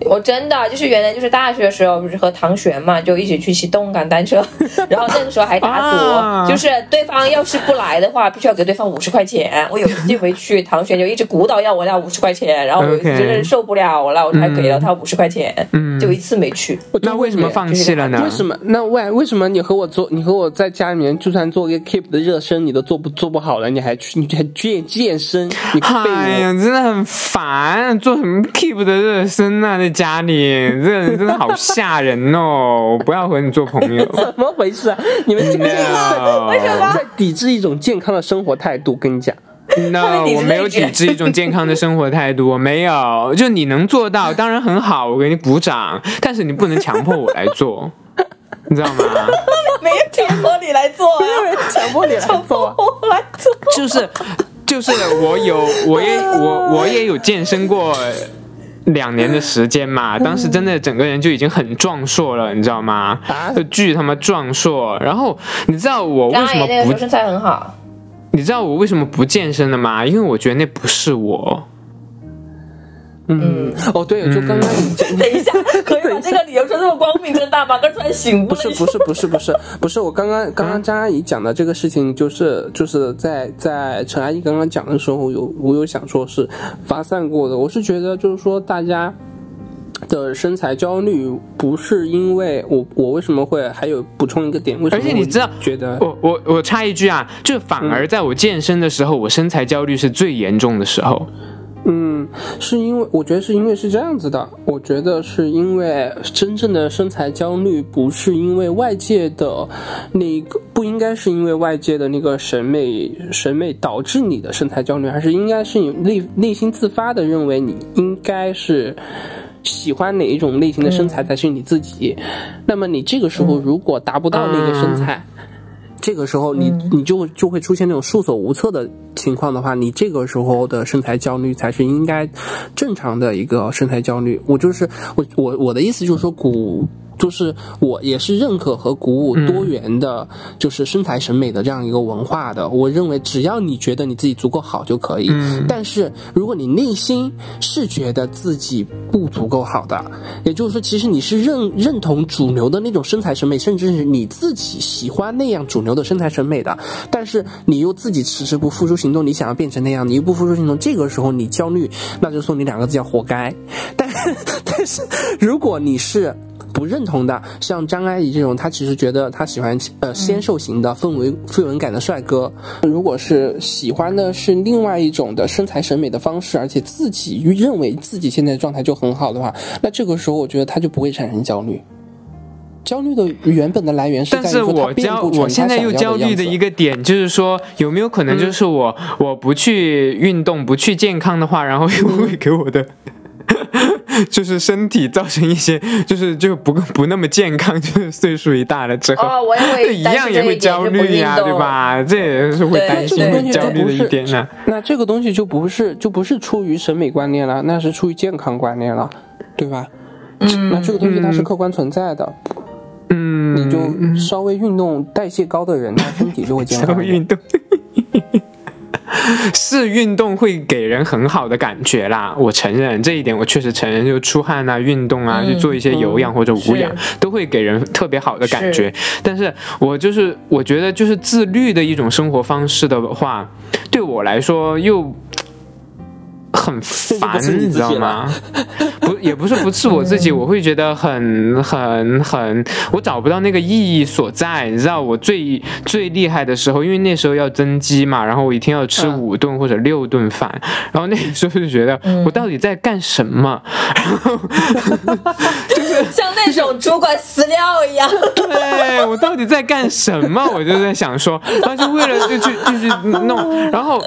Speaker 2: 我真的就是原来就是大学的时候不是和唐璇嘛，就一起去骑动感单 车，然后那个时候还打赌，
Speaker 1: 啊
Speaker 2: 就是对方要是不来的话，必须要给对方五十块钱。我有一次回去，唐璇就一直鼓捣要我俩五十块钱，然后我有一次
Speaker 1: OK
Speaker 2: 真的是受不了了，我才给了他五十块钱，
Speaker 1: 嗯
Speaker 2: 就一次没去。
Speaker 1: 那为什么放弃了呢？
Speaker 3: 为什么？那为为什么你和我做，你和我在家里面就算做一个 keep 的热身，你都做不做不好了，你还去你还健健身？你
Speaker 1: 哎
Speaker 3: 废
Speaker 1: 呀，真的很烦，做什么 keep 的热身啊，在家里，这人真的好吓人哦！我不要和你做朋友。
Speaker 3: 物！怎么回事啊？你们这个
Speaker 1: No 为什么
Speaker 3: 在抵制一种健康的生活态度？跟你 讲，
Speaker 1: No，我没有抵制一种健康的生活态度，我没有。就你能做到，当然很好，我给你鼓掌。但是你不能强迫我来做，你知道吗？
Speaker 2: 没有强迫你来做、啊，
Speaker 3: 强迫你来啊
Speaker 2: 强迫我来做。
Speaker 1: 就是就是我有我也我我也有健身过两年的时间嘛，当时真的整个人就已经很壮硕了，你知道吗？就巨他妈壮硕。然后你知道我为
Speaker 2: 张
Speaker 1: 什
Speaker 2: 阿姨
Speaker 1: 么
Speaker 2: 哎那个时
Speaker 1: 不
Speaker 2: 候身材很好，
Speaker 1: 你知道我为什么不健身了吗？因为我觉得那不是我。
Speaker 3: 嗯，哦对，就刚刚
Speaker 1: 嗯
Speaker 3: 你讲。
Speaker 2: 等一下，可以把这个理由说这么光明正大吗？刚突然醒悟
Speaker 3: 不
Speaker 2: 了
Speaker 3: 是
Speaker 2: 一下
Speaker 3: 不是不是不是不是，我刚刚刚刚张阿姨讲的这个事情，就是就是在在陈阿姨刚刚讲的时候，有我有想说是发散过的。我是觉得就是说大家的身材焦虑不是因为我我为什么会还有补充一个点，为什
Speaker 1: 而
Speaker 3: 么
Speaker 1: 且你知道
Speaker 3: 我觉得
Speaker 1: 我我我插一句啊，就反而在我健身的时候，我身材焦虑是最严重的时候。
Speaker 3: 嗯，是因为我觉得是因为是这样子的，我觉得是因为真正的身材焦虑不是因为外界的那个，不应该是因为外界的那个审美审美导致你的身材焦虑，还是应该是你内内心自发的认为你应该是。喜欢哪一种类型的身材才是你自己，那么你这个时候如果达不到那个身材，这个时候你、你就就会出现那种束手无策的情况的话，你这个时候的身材焦虑才是应该正常的一个身材焦虑。我就是我我我的意思就是说鼓。就是我也是认可和鼓舞多元的，就是身材审美的这样一个文化的。我认为只要你觉得你自己足够好就可以，但是如果你内心是觉得自己不足够好的，也就是说，其实你是认认同主流的那种身材审美，甚至是你自己喜欢那样主流的身材审美的，但是你又自己迟迟不付出行动，你想要变成那样，你又不付出行动，这个时候你焦虑，那就送你两个字叫活该。 但但是如果你是不认同的，像张阿姨这种，她其实觉得她喜欢呃纤瘦型的、氛围嗯氛围感的帅哥。如果是喜欢的是另外一种的身材审美的方式，而且自己认为自己现在状态就很好的话，那这个时候我觉得她就不会产生焦虑。焦虑的原本的来源是
Speaker 1: 但
Speaker 3: 在于
Speaker 1: 是
Speaker 3: 说
Speaker 1: 我
Speaker 3: 她变
Speaker 1: 焦，
Speaker 3: 不成
Speaker 1: 我现在又
Speaker 3: 她想
Speaker 1: 焦
Speaker 3: 要的
Speaker 1: 虑的一
Speaker 3: 样子。嗯
Speaker 1: 个点就是说，有没有可能就是我、我不去运动、不去健康的话，然后又
Speaker 3: 嗯
Speaker 1: 会给我的、 就是身体造成一些，就是就不不那么健康，就是岁数一大了之后，
Speaker 2: 哦，我也
Speaker 1: 这
Speaker 2: 会
Speaker 1: 一
Speaker 2: 担
Speaker 1: 样
Speaker 2: 心
Speaker 1: 也
Speaker 2: 这
Speaker 1: 会
Speaker 2: 一点
Speaker 1: 焦
Speaker 2: 就不
Speaker 1: 虑
Speaker 2: 运
Speaker 1: 呀、
Speaker 2: 动
Speaker 1: 对？吧？这也是会
Speaker 2: 对
Speaker 1: 担
Speaker 3: 这
Speaker 1: 心
Speaker 3: 个东西
Speaker 1: 焦
Speaker 3: 就
Speaker 1: 虑
Speaker 3: 不
Speaker 1: 的一
Speaker 3: 是
Speaker 1: 点啊呢、
Speaker 3: 那这个东西就不是就不是出于审美观念了，那是出于健康观念了，对吧？嗯，那这个东西它是客观存在的，
Speaker 1: 嗯，
Speaker 3: 你就稍微运动，代谢高的人，他身体就会健
Speaker 1: 然
Speaker 3: 康
Speaker 1: 后。运动。 是运动会给人很好的感觉啦，我承认这一点，我确实承认，就出汗啊、运动
Speaker 3: 嗯
Speaker 1: 啊，去做一些有氧或者无氧，都会给人特别好的感觉。但是我就是我觉得，就是自律的一种生活方式的话，对我来说又很烦，
Speaker 3: 这就不是你
Speaker 1: 你
Speaker 3: 自己
Speaker 1: 知道
Speaker 3: 了
Speaker 1: 吗？不，也不是不是我自己，我会觉得很很很，我找不到那个意义所在。你知道，我最最厉害的时候，因为那时候要增肌嘛，然后我一天要吃
Speaker 3: 嗯
Speaker 1: 五顿或者六顿饭，然后那个时候就觉得我到底在干什么？
Speaker 2: 像那种主管饲料一样，
Speaker 1: 对我到底在干什么？我就在想说，然后就为了就去就去弄，然后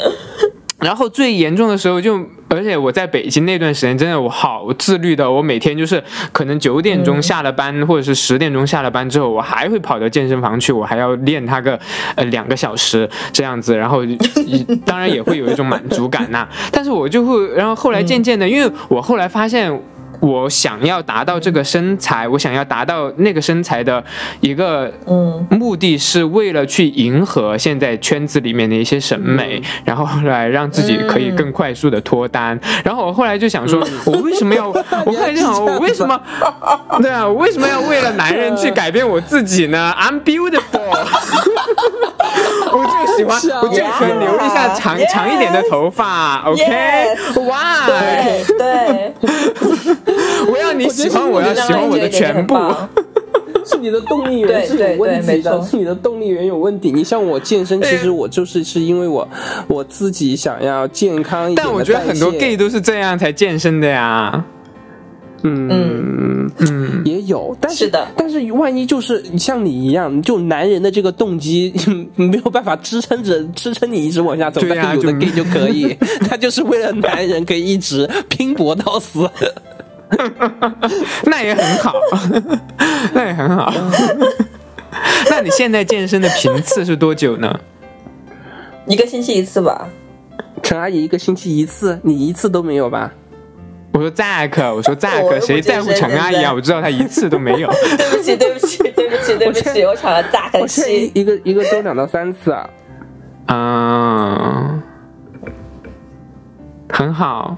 Speaker 1: 然后最严重的时候就，而且我在北京那段时间，真的我好自律的，我每天就是可能九点钟下了班，或者是十点钟下了班之后，我还会跑到健身房去，我还要练它个呃两个小时这样子，然后一当然也会有一种满足感呐、但是我就会，然后后来渐渐的，因为我后来发现。我想要达到这个身材，我想要达到那个身材的一个
Speaker 2: 嗯，
Speaker 1: 目的是为了去迎合现在圈子里面的一些审美，
Speaker 2: 嗯
Speaker 1: 然后后来让自己可以更快速的脱单。然后我后来就想
Speaker 2: 嗯
Speaker 1: 说，我为什么 要？我后来就想，我为什么？对啊，我为什么要为了男人去改变我自己呢？I'm beautiful 。我就喜欢，
Speaker 2: 啊
Speaker 1: 我就喜欢留一下长长一点的头发，OK？
Speaker 2: Yes
Speaker 1: 哇，
Speaker 2: 对对，
Speaker 1: 我要你喜欢，我要喜欢我的全部。
Speaker 3: 是你的动力
Speaker 2: 对
Speaker 3: 源是
Speaker 2: 对
Speaker 3: 有问
Speaker 2: 对没
Speaker 3: 题
Speaker 2: 错
Speaker 3: 的，是你的动力源有问题。你像我健身，其实我就是是因为我我自己想要健康一点
Speaker 1: 但
Speaker 3: 的代谢。
Speaker 1: 我觉得很多 gay 都是这样才健身的呀。
Speaker 3: 嗯嗯也有，但是
Speaker 2: 是的
Speaker 3: 但是万一就是像你一样，就男人的这个动机 没有办法支撑着支撑你一直往下走，
Speaker 1: 对
Speaker 3: 但
Speaker 1: 呀
Speaker 3: 是有的
Speaker 1: 就
Speaker 3: gay 啊就可以， 他就是为了男人可以一直拼搏到死。
Speaker 1: 那也很好， 那也很好。 那你现在健身的频次是多久呢？
Speaker 2: 一个星期一次吧。
Speaker 3: 陈阿姨一个星期一次，你一次都没有吧？
Speaker 1: 我说 Zack，我说
Speaker 2: 我又
Speaker 1: Zack，
Speaker 2: 不
Speaker 1: 谁在乎陈阿姨
Speaker 2: 健
Speaker 1: 啊？
Speaker 2: 身
Speaker 1: 我知道她一次都没有。
Speaker 2: 对不起，对不 起，对不起，对不起，我抢了大
Speaker 3: 我
Speaker 2: 很
Speaker 3: 现在一
Speaker 2: 气。
Speaker 3: 哦一个一个周两到三次啊。
Speaker 1: 嗯，很好。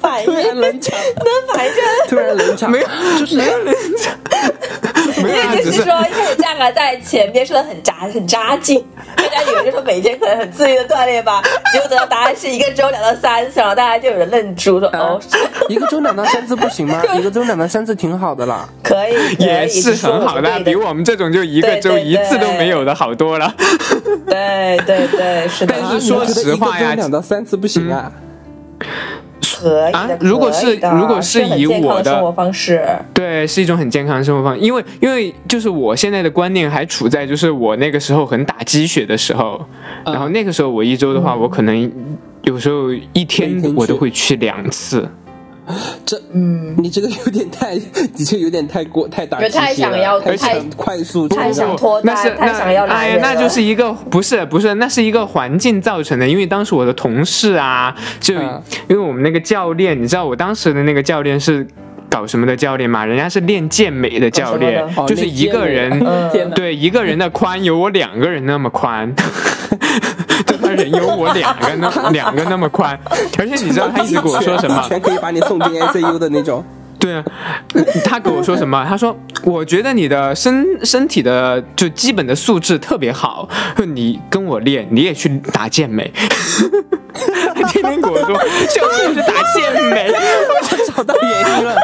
Speaker 2: 反应
Speaker 3: 突然冷场，
Speaker 2: 能反应出来，
Speaker 3: 突然冷场， 没有，就是
Speaker 1: 没有啊，
Speaker 2: 也就
Speaker 1: 只
Speaker 2: 是
Speaker 1: 是
Speaker 2: 说一开始价格在前边说的很扎很扎劲，大家以为就说每天可能很自律的锻炼吧，结果得到答案是一个周两到三次，然后大家就有人愣住说哦，是
Speaker 3: 一个周两到三次不行吗？一个周两到三次挺好的啦。
Speaker 2: 可以，可以
Speaker 1: 也是很好的啊，比。我们这种就一个周
Speaker 2: 对对
Speaker 1: 一
Speaker 2: 对
Speaker 1: 次都没有的好多了。
Speaker 2: 对对对，是的，
Speaker 1: 但是说
Speaker 3: 我啊觉得
Speaker 1: 实话
Speaker 3: 一个
Speaker 1: 呀
Speaker 3: 周两到三次不行啊。
Speaker 2: 可以的
Speaker 1: 啊如果是
Speaker 2: 可以的
Speaker 1: 如果是
Speaker 2: 是很
Speaker 1: 以
Speaker 2: 健康
Speaker 1: 我的
Speaker 2: 生活方式，
Speaker 1: 对，是一种很健康的生活方式，因为因为就是我现在的观念还处在就是我那个时候很打鸡血的时候，
Speaker 3: 嗯
Speaker 1: 然后那个时候我一周的话，我可能有时候一天
Speaker 3: 每天去
Speaker 1: 我都会去两次，
Speaker 3: 这，嗯，你这个有点太，你这有点太过太打
Speaker 2: 就
Speaker 3: 鸡血了，
Speaker 2: 太想要
Speaker 3: 太
Speaker 2: 太
Speaker 3: 想快速，
Speaker 2: 太想
Speaker 3: 这种
Speaker 2: 脱单
Speaker 1: 那是
Speaker 2: 太想要
Speaker 1: 那
Speaker 2: 男
Speaker 1: 哎呀
Speaker 2: 人，
Speaker 1: 那
Speaker 2: 了
Speaker 1: 就是一个不是不是，那是一个环境造成的，因为当时我的同事啊，就、
Speaker 3: 嗯
Speaker 1: 因为我们那个教练，你知道我当时的那个教练是。搞什么的教练嘛，人家是练健美的教练
Speaker 2: 搞什，
Speaker 3: 哦
Speaker 1: 就是一个人，
Speaker 3: 那
Speaker 2: 嗯
Speaker 3: 天我天哪，
Speaker 1: 对，一个人的宽有我两个人那么宽， 就他人有我两个那两个那么宽，而且你知道他一直跟我说什么
Speaker 3: 一？拳可以把你送进 ICU 的那种。
Speaker 1: 对啊，他跟我说什么？他说：“我觉得你的身身体的就基本的素质特别好，你跟我练，你也去打健美。” 他天天跟我说：“就是去打健美。”
Speaker 3: 找到 原因了，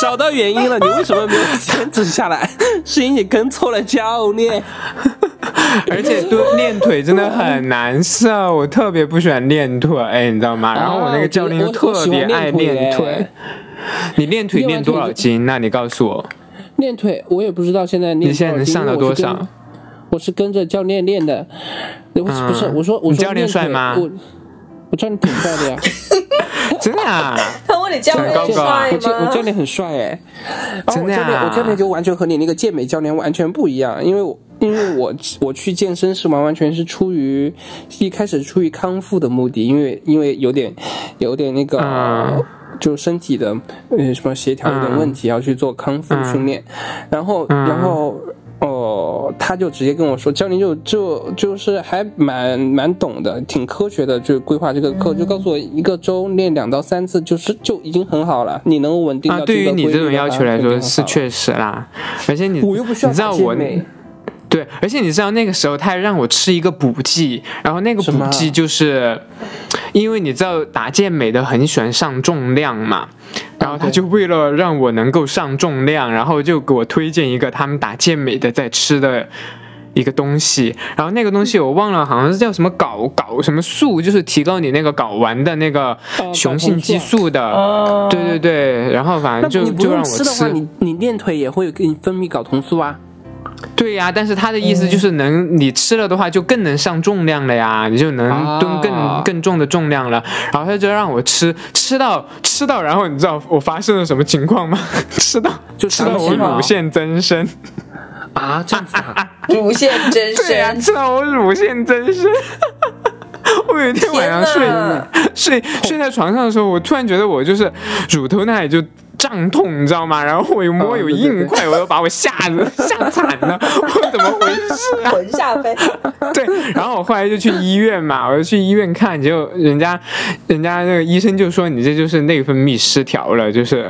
Speaker 3: 找到原因了，你为什么没有坚持下来？是因为你跟错了教练。
Speaker 1: 而且蹲练腿真的很难受，我特别不喜欢练腿，哎，你知道吗？然后我那个教
Speaker 3: 啊
Speaker 1: 练又特别爱练
Speaker 3: 我喜欢
Speaker 1: 腿
Speaker 3: 练。哎
Speaker 1: 你练腿练多少斤？那你告诉我，
Speaker 3: 练腿，我也不知道现在练
Speaker 1: 你现在能上到多少？？
Speaker 3: 我是跟着教练练的，我
Speaker 1: 嗯
Speaker 3: 不是我说我说
Speaker 1: 你教练
Speaker 3: 练腿
Speaker 1: 帅吗
Speaker 3: 我我教练挺帅的呀，
Speaker 1: 真的啊？
Speaker 2: 他问你教
Speaker 1: 长
Speaker 2: 练
Speaker 1: 高高啊
Speaker 2: 帅
Speaker 3: 我教我教
Speaker 2: 吗？
Speaker 3: 练很帅哎，然后
Speaker 1: 真
Speaker 3: 我
Speaker 1: 的
Speaker 3: 教练
Speaker 1: 啊
Speaker 3: 我教练就完全和你那个健美教练完全不一样，因为我因为我我去健身是完完全是出于一开始出于康复的目的，因为因为有点有点那个。
Speaker 2: 啊
Speaker 1: 嗯
Speaker 3: 就身体的呃什么协调有点问题，要去做康复
Speaker 2: 啊
Speaker 3: 训练，然后然后哦，他就直接跟我说，教练就就就是还蛮蛮懂的，挺科学的，就规划这个课，就告诉我一个周练两到三次，就是就已经很好了。你能稳定
Speaker 1: 啊，
Speaker 3: 到
Speaker 1: 对
Speaker 3: 这
Speaker 1: 于
Speaker 3: 个规律的话、
Speaker 1: 你这种要求来
Speaker 3: 肯定
Speaker 1: 说
Speaker 3: 很好
Speaker 1: 是
Speaker 3: 了，
Speaker 1: 确实啦，而且你
Speaker 3: 我又不需要
Speaker 1: 你知道
Speaker 3: 打健
Speaker 1: 我
Speaker 3: 美
Speaker 1: 对，而且你知道那个时候他还让我吃一个补剂，然后那个
Speaker 3: 什
Speaker 1: 补
Speaker 3: 么啊
Speaker 1: 剂就是，因为你知道打健美的很喜欢上重量嘛，然后
Speaker 3: 啊
Speaker 1: 他就为了让我能够上重量，然后就给我推荐一个他们打健美的在吃的。一个东西，然后那个东西我忘了，好像是叫什么睾睾什么素，就是提高你那个睾丸的那个
Speaker 3: 睾
Speaker 1: 雄性
Speaker 3: 酮
Speaker 1: 激
Speaker 3: 哦素啊
Speaker 1: 素的，
Speaker 2: 哦
Speaker 1: 对对对，然后反
Speaker 3: 那
Speaker 1: 正就
Speaker 3: 你不
Speaker 1: 就让
Speaker 3: 用
Speaker 1: 我
Speaker 3: 吃的话，你你练腿也会给你分泌睾酮素啊。
Speaker 1: 对呀、但是他的意
Speaker 3: 嗯
Speaker 1: 思就是能，你吃了的话就更能上重量了呀，你就能蹲更、
Speaker 3: 啊
Speaker 1: 更重的重量了。然后他就让我吃，吃到吃到，然后你知道我发生了什么情况吗？ 吃到
Speaker 3: 就
Speaker 1: 吃到
Speaker 3: 长
Speaker 1: 我
Speaker 3: 期吗
Speaker 1: 乳腺增生，
Speaker 3: 啊，这样子啊，
Speaker 2: 乳腺增
Speaker 1: 对呀、
Speaker 2: 生，
Speaker 1: 吃到我乳腺增生。 我有一天晚上睡
Speaker 2: 天哪
Speaker 1: 睡睡在床上的时候，我突然觉得我就是乳头那里就胀痛，你知道吗？然后我一摸
Speaker 3: 嗯
Speaker 1: 有
Speaker 3: 对对对
Speaker 1: 硬块，我又把我吓 得吓惨了，我怎么回事啊？
Speaker 2: 魂下飞。
Speaker 1: 对，然后我后来就去医院嘛，我就去医院看，结果人家人家那个医生就说你这就是内分泌失调了，就是。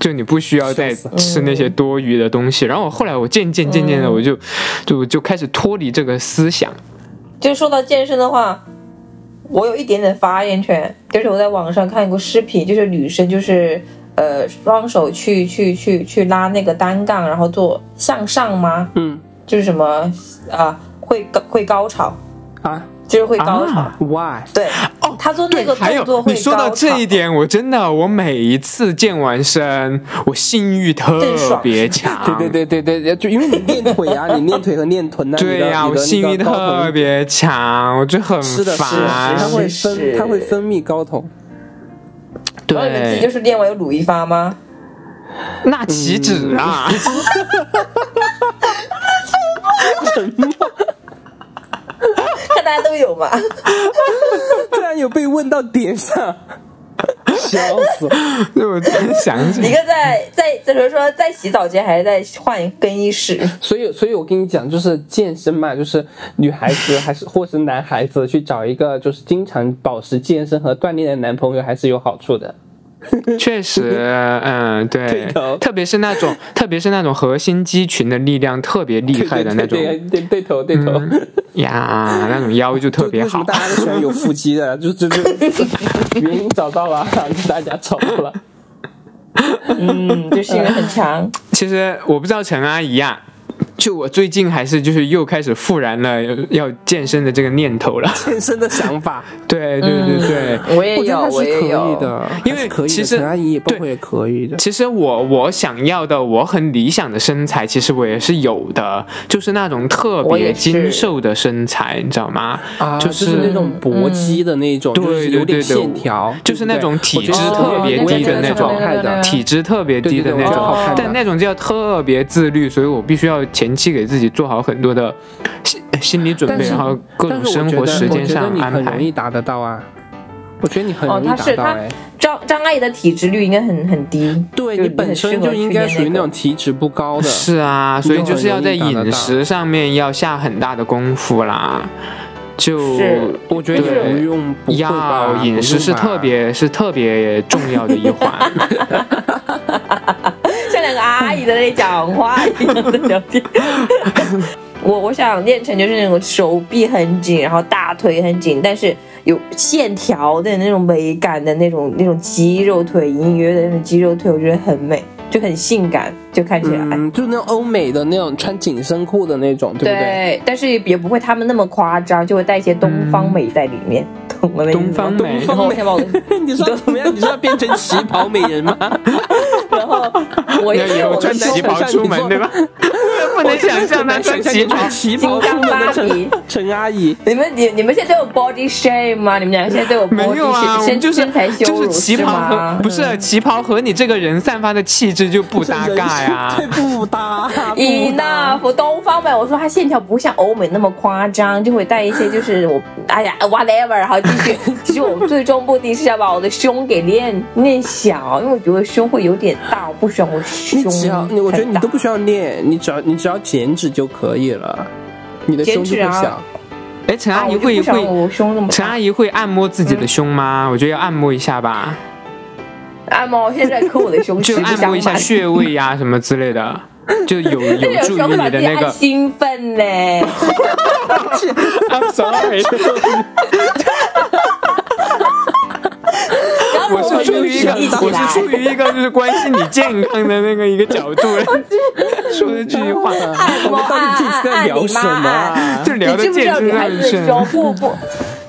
Speaker 1: 就你不需要再吃那
Speaker 2: 嗯
Speaker 1: 些多余的东西，然后我后来我渐渐渐渐的我就，就就开始脱离这个思想，
Speaker 2: 就说到健身的话，我有一点点发言权，就是我在网上看过视频，就是女生就是呃双手去去去去拉那个单杠，然后做向上吗？
Speaker 3: 嗯
Speaker 2: 就是什么啊、会高会高潮，
Speaker 3: 啊
Speaker 2: 就是会高潮。
Speaker 1: 啊
Speaker 3: ，why？
Speaker 2: 对，哦，他做那
Speaker 1: 对，
Speaker 2: 个
Speaker 1: 还
Speaker 2: 动作
Speaker 1: 有
Speaker 2: 会
Speaker 1: 你
Speaker 2: 高
Speaker 1: 说
Speaker 2: 潮。
Speaker 1: 到这一点，我真的，我每一次健完身，我性欲特别强。
Speaker 3: 对对对对对对，就因为你练腿啊，你练腿和练臀呐、你的
Speaker 1: 对呀、
Speaker 3: 你
Speaker 1: 我
Speaker 3: 的
Speaker 1: 性
Speaker 3: 那
Speaker 1: 欲
Speaker 3: 个高
Speaker 1: 特
Speaker 3: 酮
Speaker 1: 别强，我就很
Speaker 3: 是的，是
Speaker 1: 烦。
Speaker 3: 的，它会
Speaker 2: 是
Speaker 3: 分，它会分泌睾酮。
Speaker 2: 然后你们自
Speaker 1: 对
Speaker 2: 己就，是练完有乳一发吗？
Speaker 1: 那岂止啊！
Speaker 3: 嗯
Speaker 2: 看大家都有 嘛。
Speaker 3: 居然有被问到点上， 笑死！
Speaker 1: 对， 我突然想起
Speaker 2: 一个在在就是说在洗澡间，还是在换更衣室？
Speaker 3: 所以，所以我跟你讲，就是健身嘛，就是女孩子还是或是男孩子去找一个就是经常保持健身和锻炼的男朋友，还是有好处的。
Speaker 1: 确实，嗯，对
Speaker 3: 对头，
Speaker 1: 特别是那种，特别是那种核心肌群的力量特别厉害的那种
Speaker 3: 对对对对头对头，
Speaker 1: 呀，那种腰就特别
Speaker 3: 为什么
Speaker 1: 好。
Speaker 3: 大家都喜欢有腹肌的？ 就就就原因找到了， 大家找到了。
Speaker 2: 嗯，就是因为很 强。
Speaker 1: 其实我不知道陈阿姨啊，就我最近还是就是又开始复燃了要健身的这个念头了。
Speaker 3: 健身的想法，
Speaker 1: 对对
Speaker 3: 嗯
Speaker 1: 对对。
Speaker 2: 我也
Speaker 3: 哎我觉
Speaker 2: 有，
Speaker 3: 得还
Speaker 2: 我
Speaker 3: 是
Speaker 2: 也
Speaker 3: 可以
Speaker 2: 有。
Speaker 3: 的，
Speaker 1: 因为
Speaker 3: 还是可以的
Speaker 1: 其实
Speaker 3: 陈阿姨也包
Speaker 1: 对
Speaker 3: 括也可以的。
Speaker 1: 其实我我想要的，我很理想的身材，其实我也是有的，就是那种特
Speaker 2: 我也
Speaker 1: 别
Speaker 2: 是
Speaker 1: 精瘦的身材，你知道吗？
Speaker 3: 啊，、
Speaker 1: 就是是
Speaker 3: 那种搏击的那种，
Speaker 1: 对
Speaker 3: 就是有点
Speaker 1: 对对对
Speaker 3: 线条，
Speaker 1: 就是那种体脂
Speaker 3: 对不对
Speaker 1: 特别低的那种
Speaker 3: 我觉得那个我也觉得那个好看的
Speaker 1: 体脂特别低的那
Speaker 3: 对对对我觉得好
Speaker 1: 种
Speaker 3: 看，的
Speaker 1: 但那种就要特别自律，所以我必须要前期给自己做好很多的心心理准
Speaker 3: 但
Speaker 1: 备，
Speaker 3: 是
Speaker 1: 然后各种生活时间上
Speaker 3: 但是我觉得我觉得
Speaker 1: 安
Speaker 3: 你很容
Speaker 1: 排。
Speaker 3: 易达得到啊。我觉得你很容
Speaker 2: 哦，
Speaker 3: 易
Speaker 2: 他
Speaker 3: 达
Speaker 2: 是
Speaker 3: 到
Speaker 2: 他
Speaker 3: 哎、
Speaker 2: 张张阿姨的体脂率应该很很低，
Speaker 3: 对
Speaker 2: 就
Speaker 3: 你
Speaker 2: 是很
Speaker 3: 本
Speaker 2: 适
Speaker 3: 身
Speaker 2: 合
Speaker 3: 就应该
Speaker 2: 去
Speaker 3: 属于
Speaker 2: 那
Speaker 3: 那
Speaker 2: 个
Speaker 3: 种体脂不高的，
Speaker 1: 是啊，所以就是要在
Speaker 3: 你就很容易
Speaker 1: 饮
Speaker 3: 达得
Speaker 1: 食上面要下很大的功夫啦。就是
Speaker 3: 我觉得
Speaker 1: 对
Speaker 3: 你不用不会吧
Speaker 1: 要饮食是特，别是特别重要的一环。
Speaker 2: 像两个阿姨在那里讲话一样的聊天。我 我想练成就是那种手臂很紧，然后大腿很紧，但是有线条的那种美感的那种那种肌肉腿，隐约的那种肌肉腿，我觉得很美，就很性感，就看起
Speaker 3: 不
Speaker 2: 来。
Speaker 3: 会吧嗯，就是那种欧美的那种穿紧身裤的那种，对不对？
Speaker 2: 但是也不会他们那么夸张，就会带一些东方美在里面，懂 我的意思吗？
Speaker 1: 东方美
Speaker 2: 然后我先把我的，
Speaker 3: 你说怎么样？你说要变成旗袍美人 吗？
Speaker 2: 然后我
Speaker 1: 要
Speaker 2: 也
Speaker 1: 以
Speaker 2: 有
Speaker 1: 后
Speaker 2: 我
Speaker 1: 哎穿
Speaker 2: 的
Speaker 3: 想
Speaker 1: 旗袍
Speaker 3: 象
Speaker 1: 出
Speaker 3: 你
Speaker 1: 门
Speaker 3: 做
Speaker 1: 对吧？不能想象她
Speaker 3: 难
Speaker 1: 穿
Speaker 3: 想象
Speaker 1: 旗
Speaker 3: 你
Speaker 1: 袍。
Speaker 3: 穿旗袍
Speaker 2: 金
Speaker 3: 出
Speaker 2: 刚
Speaker 3: 门的
Speaker 2: 芭比
Speaker 3: 陈陈阿姨，
Speaker 2: 你们你你们现在对我 body shame 吗？你们两个现在对我 body
Speaker 1: 没有啊，
Speaker 2: shame-
Speaker 1: 我
Speaker 2: 身
Speaker 1: 们就是
Speaker 2: 身材羞
Speaker 1: 就
Speaker 2: 辱
Speaker 1: 是旗袍
Speaker 2: 吗
Speaker 1: 和？不是旗袍和你这个人散发的气质就不搭嘎呀
Speaker 2: 啊
Speaker 3: 对，。不搭，
Speaker 2: 以那不东方美，我说它线条不像欧美那么夸张，就会带一些就是我哎呀 whatever，然后继续， 其实我最终目的是要把我的胸给练练小，因为我觉得胸会有点大，我不喜欢我胸
Speaker 3: 你只要你，我觉得
Speaker 2: 很
Speaker 3: 你
Speaker 2: 大
Speaker 3: 都不需要练，你只要你只要减脂就可以了，你的胸就会
Speaker 2: 减脂
Speaker 3: 小
Speaker 2: 啊。
Speaker 1: 哎，陈
Speaker 2: 啊
Speaker 1: 阿姨
Speaker 2: 我就
Speaker 1: 会
Speaker 2: 不喜欢
Speaker 1: 会，
Speaker 2: 我胸那么
Speaker 1: 陈
Speaker 2: 大
Speaker 1: 阿。姨会按摩自己的胸吗？我觉得要按摩一下吧，
Speaker 2: 按摩现在抠我的胸，
Speaker 1: 就
Speaker 2: 实不
Speaker 1: 按
Speaker 2: 相
Speaker 1: 摩一下
Speaker 2: 瞒
Speaker 1: 穴位呀什么之类 的，就有
Speaker 2: 这
Speaker 1: 有
Speaker 2: 有
Speaker 1: 助
Speaker 2: 时候
Speaker 1: 于
Speaker 2: 会把
Speaker 1: 你
Speaker 2: 自
Speaker 1: 的
Speaker 2: 己
Speaker 1: 那
Speaker 2: 按
Speaker 1: 个。
Speaker 2: 兴奋呢、
Speaker 1: I'm sorry，
Speaker 2: 然后
Speaker 1: 我是出于一个
Speaker 2: 一起
Speaker 1: 我
Speaker 2: 来
Speaker 1: 是出于一个就是关心你健康的那个一个角 度说的这句话。
Speaker 2: 按摩
Speaker 3: 我们到底这次在
Speaker 2: 按
Speaker 3: 聊什么
Speaker 2: 按
Speaker 3: 啊
Speaker 1: 就
Speaker 2: 你
Speaker 1: 聊的
Speaker 2: 知不知
Speaker 1: 健
Speaker 2: 道
Speaker 1: 身
Speaker 2: 女
Speaker 1: 上
Speaker 2: 孩子
Speaker 1: 去
Speaker 2: 的，胸不不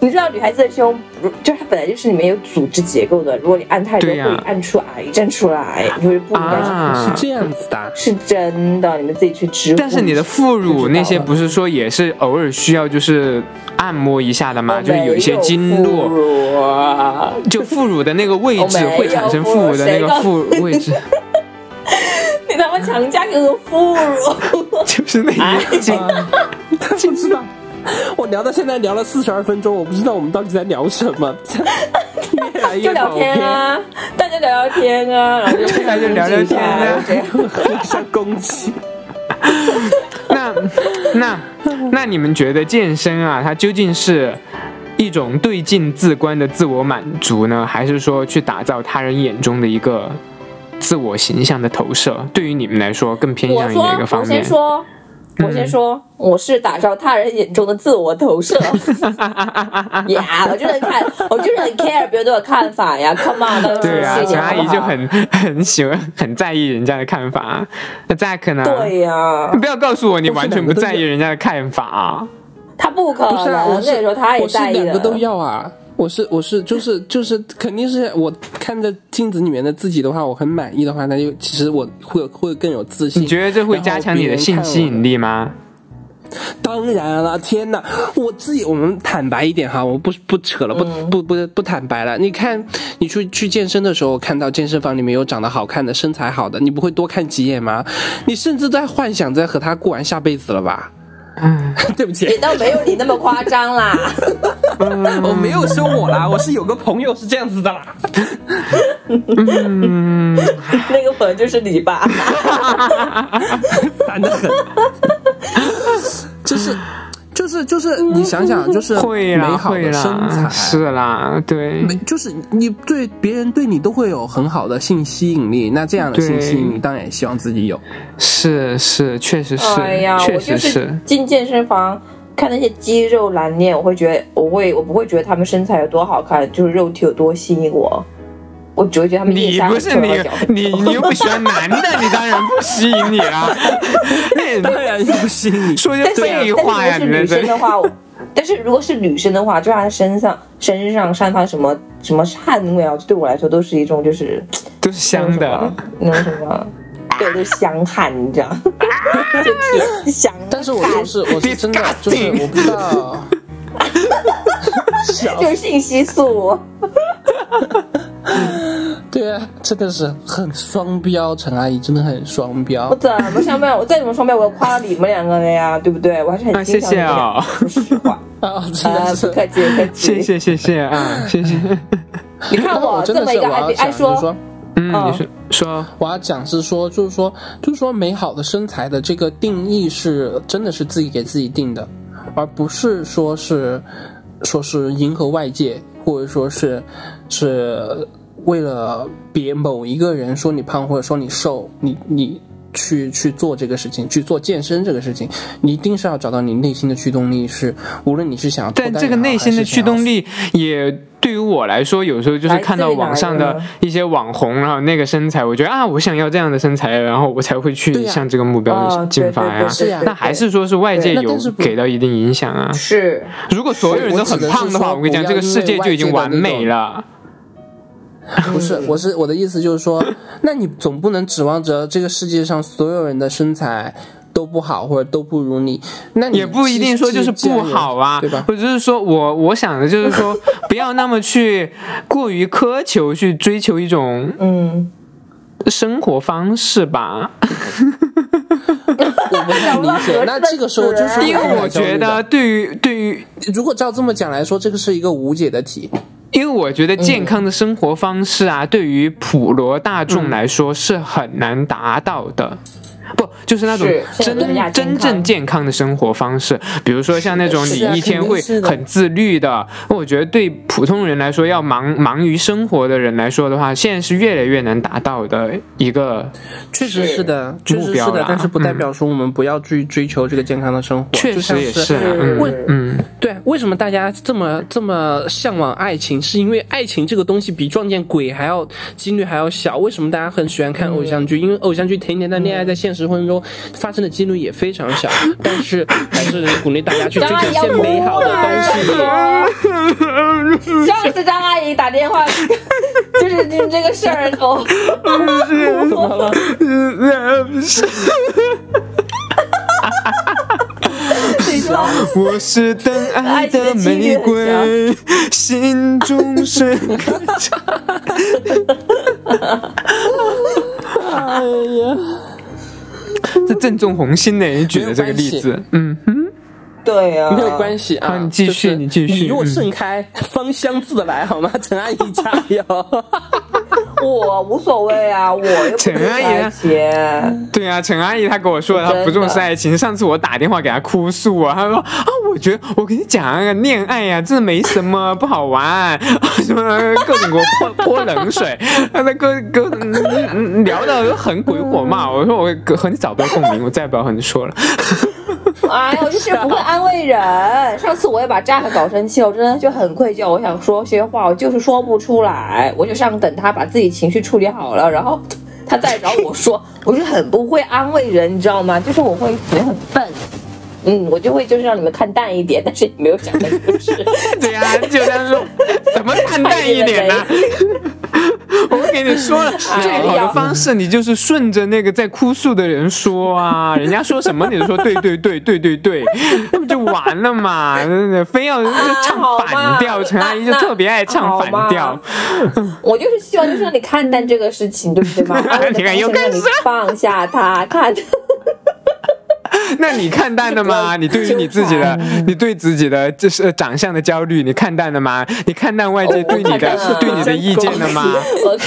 Speaker 2: 你知道女孩子的胸，嗯就是它本来就是里面有组织结构的，如果你按太多
Speaker 1: 对呀
Speaker 2: 会按出癌症出来，就是不应该是
Speaker 1: 啊
Speaker 3: 是这样子的。
Speaker 2: 是真的，你们自己去知乎。
Speaker 1: 但是你的副乳那些
Speaker 2: 不知道
Speaker 1: 不是说也是偶尔需要就是按摩一下的吗？就是有一些经
Speaker 2: 我哦
Speaker 1: 络，
Speaker 2: 没有副乳啊
Speaker 1: 就副乳的那个位置
Speaker 2: 我没有
Speaker 1: 会产生副乳的那个副位 置，
Speaker 2: 你他妈强加给我副乳，
Speaker 1: 就是那
Speaker 2: 啊
Speaker 1: 一筋。
Speaker 3: 不知道，我聊到现在聊了四十二分钟，我不知道我们到底在聊什 么，越来
Speaker 2: 就
Speaker 3: 越
Speaker 2: 聊
Speaker 3: 跑
Speaker 2: 天
Speaker 3: 偏，
Speaker 2: 啊，大家聊聊天啊，然后就
Speaker 1: 对大家聊聊天啊
Speaker 2: 这样
Speaker 3: 互相攻击。
Speaker 1: 那那那你们觉得健身啊，它究竟是一种对镜自观的自我满足呢，还是说去打造他人眼中的一个自我形象的投射？对于你们来说，更偏
Speaker 2: 我
Speaker 1: 向于
Speaker 2: 说
Speaker 1: 哪个，
Speaker 2: 我
Speaker 1: 方面
Speaker 2: 先？说，我先说，我是打造他人眼中的自我投 射。呀，我就很看，我就是很 care 别人对我看法呀。Come on，都是
Speaker 1: 对啊，
Speaker 2: 谢谢
Speaker 1: 陈阿
Speaker 2: 好不
Speaker 1: 姨
Speaker 2: 好
Speaker 1: 就很很喜欢很在意人家的看法。啊那 Zack 呢？
Speaker 2: 对呀
Speaker 1: 你，不要告诉我你完全不在意人家的看法啊！
Speaker 2: 他不可
Speaker 3: 不是啊，
Speaker 2: 能，
Speaker 3: 我
Speaker 2: 那个
Speaker 3: 是
Speaker 2: 时候他也
Speaker 3: 我是
Speaker 2: 在意
Speaker 3: 两个
Speaker 2: 的。
Speaker 3: 都要啊。我是我是就是就是肯定是我看着镜子里面的自己的话，我很满意的话，那就其实我会会更有自信。
Speaker 1: 你觉得这会加强你的性吸引
Speaker 3: 力？
Speaker 1: 力吗？
Speaker 3: 当然了，天哪！我自己我们坦白一点哈，我不不扯了，不不不不坦白了。你看你去去健身的时候，看到健身房里面有长得好看的、身材好的，你不会多看几眼吗？你甚至在幻想在和他过完下辈子了吧？
Speaker 1: 嗯，
Speaker 3: 对不起，
Speaker 2: 也倒没有你那么夸张啦，
Speaker 3: 我没有说我啦，我是有个朋友是这样子的啦。
Speaker 2: 那个本就是你吧？
Speaker 3: 烦得很。 就是就是就是，你想想，就是
Speaker 1: 会
Speaker 3: 美
Speaker 1: 啦，
Speaker 3: 好
Speaker 1: 会
Speaker 3: 的身材
Speaker 1: 啦，是啦，对，
Speaker 3: 没就是你对别人对你都会有很好的性吸引力，那这样的性吸引力当然也希望自己有。
Speaker 1: 是是，确实是
Speaker 2: 哎呀，，我
Speaker 1: 确实
Speaker 2: 就是
Speaker 1: 是。
Speaker 2: 进健身房。看那些肌肉男练，我会觉得，我会，我不会觉得他们身材有多好看，就是肉体有多吸引我，我只会觉得他们腋
Speaker 1: 你
Speaker 2: 下
Speaker 1: 不
Speaker 2: 很
Speaker 1: 是
Speaker 2: 翘
Speaker 1: 你
Speaker 2: 和脚 很
Speaker 1: 你你又不喜欢男的，你当然不吸引你 啊！
Speaker 3: 当
Speaker 1: 那
Speaker 3: 然不吸引你。
Speaker 1: 说些
Speaker 2: 但是
Speaker 1: 废话呀，
Speaker 2: 但是
Speaker 1: 你
Speaker 2: 如果
Speaker 1: 在这
Speaker 2: 是女生
Speaker 1: 里
Speaker 2: 的 话，我但是如果是女生的话，就她身上身上散发什么什么汗味啊，对我来说都是一种就是
Speaker 1: 都是香的。
Speaker 2: 那种什么那种什么，对，都是香汗，你知道， 就甜香汗。
Speaker 3: 但是我就是我 是真的
Speaker 1: Disgusting
Speaker 3: 就是我不知道。
Speaker 2: 就是信息素，
Speaker 3: 对啊，真的是很双标，陈阿姨真的很双
Speaker 2: 我
Speaker 3: 标。
Speaker 2: 怎么双标？我再怎么双标，我要夸你们两个了呀，对不对？我还是
Speaker 1: 啊
Speaker 2: 很
Speaker 1: 谢
Speaker 2: 欣赏你
Speaker 1: 谢啊，
Speaker 2: 们俩 说实话，
Speaker 3: 啊，真
Speaker 2: 啊，
Speaker 3: 的是
Speaker 2: 不客气，不客气。
Speaker 1: 谢。谢谢谢啊，谢谢。
Speaker 2: 你看
Speaker 3: 我真
Speaker 2: 这
Speaker 3: 的
Speaker 2: 么
Speaker 3: 是
Speaker 2: 一
Speaker 3: 我
Speaker 2: 个
Speaker 3: 要
Speaker 2: 爱
Speaker 3: 讲，
Speaker 2: 爱
Speaker 3: 就是说
Speaker 2: 说，。
Speaker 1: 嗯，
Speaker 2: 哦
Speaker 1: 你说说，
Speaker 3: 我要讲是说，就是说，就是说，美好的身材的这个定义是真的是自己给自己定的，而不是说是说是迎合外界，或者说是是为了别某一个人说你胖或者说你瘦，你你去去做这个事情，去做健身这个事情，你一定是要找到你内心的驱动力是，无论你是想要脱
Speaker 1: 但
Speaker 3: 单
Speaker 1: 这个
Speaker 3: 也好
Speaker 1: 内心的驱动，力也对于我来说，有时候就是
Speaker 2: 来自
Speaker 1: 看到
Speaker 2: 于哪
Speaker 1: 网上的
Speaker 2: 呢
Speaker 1: 一些网红，然后那个身材，我觉得啊，我想要这样的身材，然后我才会去
Speaker 3: 对呀
Speaker 1: 向这个目标
Speaker 2: 哦
Speaker 1: 进发呀
Speaker 2: 对对对。
Speaker 3: 是呀
Speaker 1: 那还是说是外界
Speaker 3: 对那
Speaker 1: 有
Speaker 3: 但是不
Speaker 1: 给到一定影响啊？
Speaker 2: 是
Speaker 1: 如果所有人都很胖的话，
Speaker 3: 我
Speaker 1: 我跟你讲，
Speaker 3: 我
Speaker 1: 这个
Speaker 3: 只能
Speaker 1: 世
Speaker 3: 是说
Speaker 1: 界就已经完美了。
Speaker 3: 还是想要 不
Speaker 1: 嗯
Speaker 3: 是，我是我的意思就是说，那你总不能指望着这个世界上所有人的身材。都不好，或者都不如你，那你
Speaker 1: 也不一定说就是不好啊
Speaker 3: 既然有对吧，？
Speaker 1: 我就是说我我想的就是 说，不要那么去过于苛求，去追求一种
Speaker 2: 嗯，
Speaker 1: 生活方式吧。
Speaker 3: 我不 太理解。那这个时候就是
Speaker 1: 因为我觉得，对于对于
Speaker 3: 如果照这么讲来说，这个是一个无解的题。
Speaker 1: 因为我觉得健康的生活方式啊，对于普罗大众来说是很难达到的。不，就是那种
Speaker 2: 是
Speaker 1: 真
Speaker 2: 是的亚健
Speaker 1: 真
Speaker 2: 康
Speaker 1: 正健康的生活方式，比如说像那种你
Speaker 3: 是啊
Speaker 1: 一天
Speaker 3: 肯定
Speaker 1: 会
Speaker 3: 是的
Speaker 1: 很自律的。我觉得对普通人来说，要忙忙于生活的人来说的话，现在是越来越难达到的一个，
Speaker 3: 确实是的，确
Speaker 1: 目
Speaker 3: 实
Speaker 1: 标
Speaker 3: 是的
Speaker 1: 啦，嗯
Speaker 3: 但是不代表说我们不要去追求这个健康的生活。
Speaker 1: 确
Speaker 3: 就像
Speaker 1: 实也
Speaker 3: 是
Speaker 1: 啊，嗯
Speaker 3: 为
Speaker 1: 嗯，
Speaker 3: 对啊，为什么大家这么这么向往爱情？是因为爱情这个东西比撞见鬼还要几率还要小。为什么大家很喜欢看偶像剧？因为偶像剧甜甜的恋爱在现实婚中发生的几率也非常小。但是还是鼓励大 家去追求一些美好的东 西。
Speaker 2: 上次张阿姨打电话，就是你这个事儿， 我 你说
Speaker 1: 我是等爱的玫瑰，心中深。
Speaker 3: 哎
Speaker 1: 这正中红心呢，你举的这个例
Speaker 3: 没有
Speaker 1: 子，嗯，
Speaker 2: 对呀、啊，
Speaker 3: 没有关系啊，
Speaker 1: 好你继续
Speaker 3: 就是
Speaker 1: 你继续
Speaker 3: 你若盛开，芳香自来，好吗？ 陈阿姨加油！
Speaker 2: 我无所谓啊，我又不是
Speaker 1: 陈阿姨啊
Speaker 2: 爱情。
Speaker 1: 对啊，陈阿姨她跟我说她
Speaker 2: 真的
Speaker 1: 不重视爱情，上次我打电话给她哭诉啊，她说啊，我觉得我跟你讲啊，恋爱呀、真的没什么，不好玩，什么各种给我泼泼冷水，她那各各嗯嗯聊的很鬼火嘛，我说我和你找不到共鸣，我再也不要和你说了。
Speaker 2: 哎呀，我就是不会安慰人。上次我也把 Jack 搞生气，我真的就很愧疚。我想说些话，我就是说不出来。我就想等他把自己情绪处理好了，然后他再找我说。我是很不会安慰人，你知道吗？就是我会觉得很笨。嗯，我就会就是让你们看淡一点，但是也没有想到就是。
Speaker 1: 对呀、就这样说，怎么看淡一点 呢、我们给你说了，
Speaker 2: 哎
Speaker 1: 最好的方式你就是顺着那个在哭诉的人说 啊，人家说什么你就说对对对对对对，那不就完了嘛？真的非要就唱反调，
Speaker 2: 啊好吧
Speaker 1: 陈阿姨就
Speaker 2: 那
Speaker 1: 特别爱唱反
Speaker 2: 好
Speaker 1: 调
Speaker 2: 吧。我就是希望就是让你看淡这个事情，对不对嘛？安慰的
Speaker 1: 你看又
Speaker 2: 方式让
Speaker 1: 开
Speaker 2: 你
Speaker 1: 始了
Speaker 2: 放下他，看。
Speaker 1: 那你看淡了吗？你对于你自己 的，你对自己的就是呃长相的焦虑，你看淡了吗？你看淡外界
Speaker 2: 我
Speaker 1: 对你
Speaker 2: 看淡
Speaker 1: 的
Speaker 2: 了
Speaker 1: 对你的意见了 吗？
Speaker 2: 我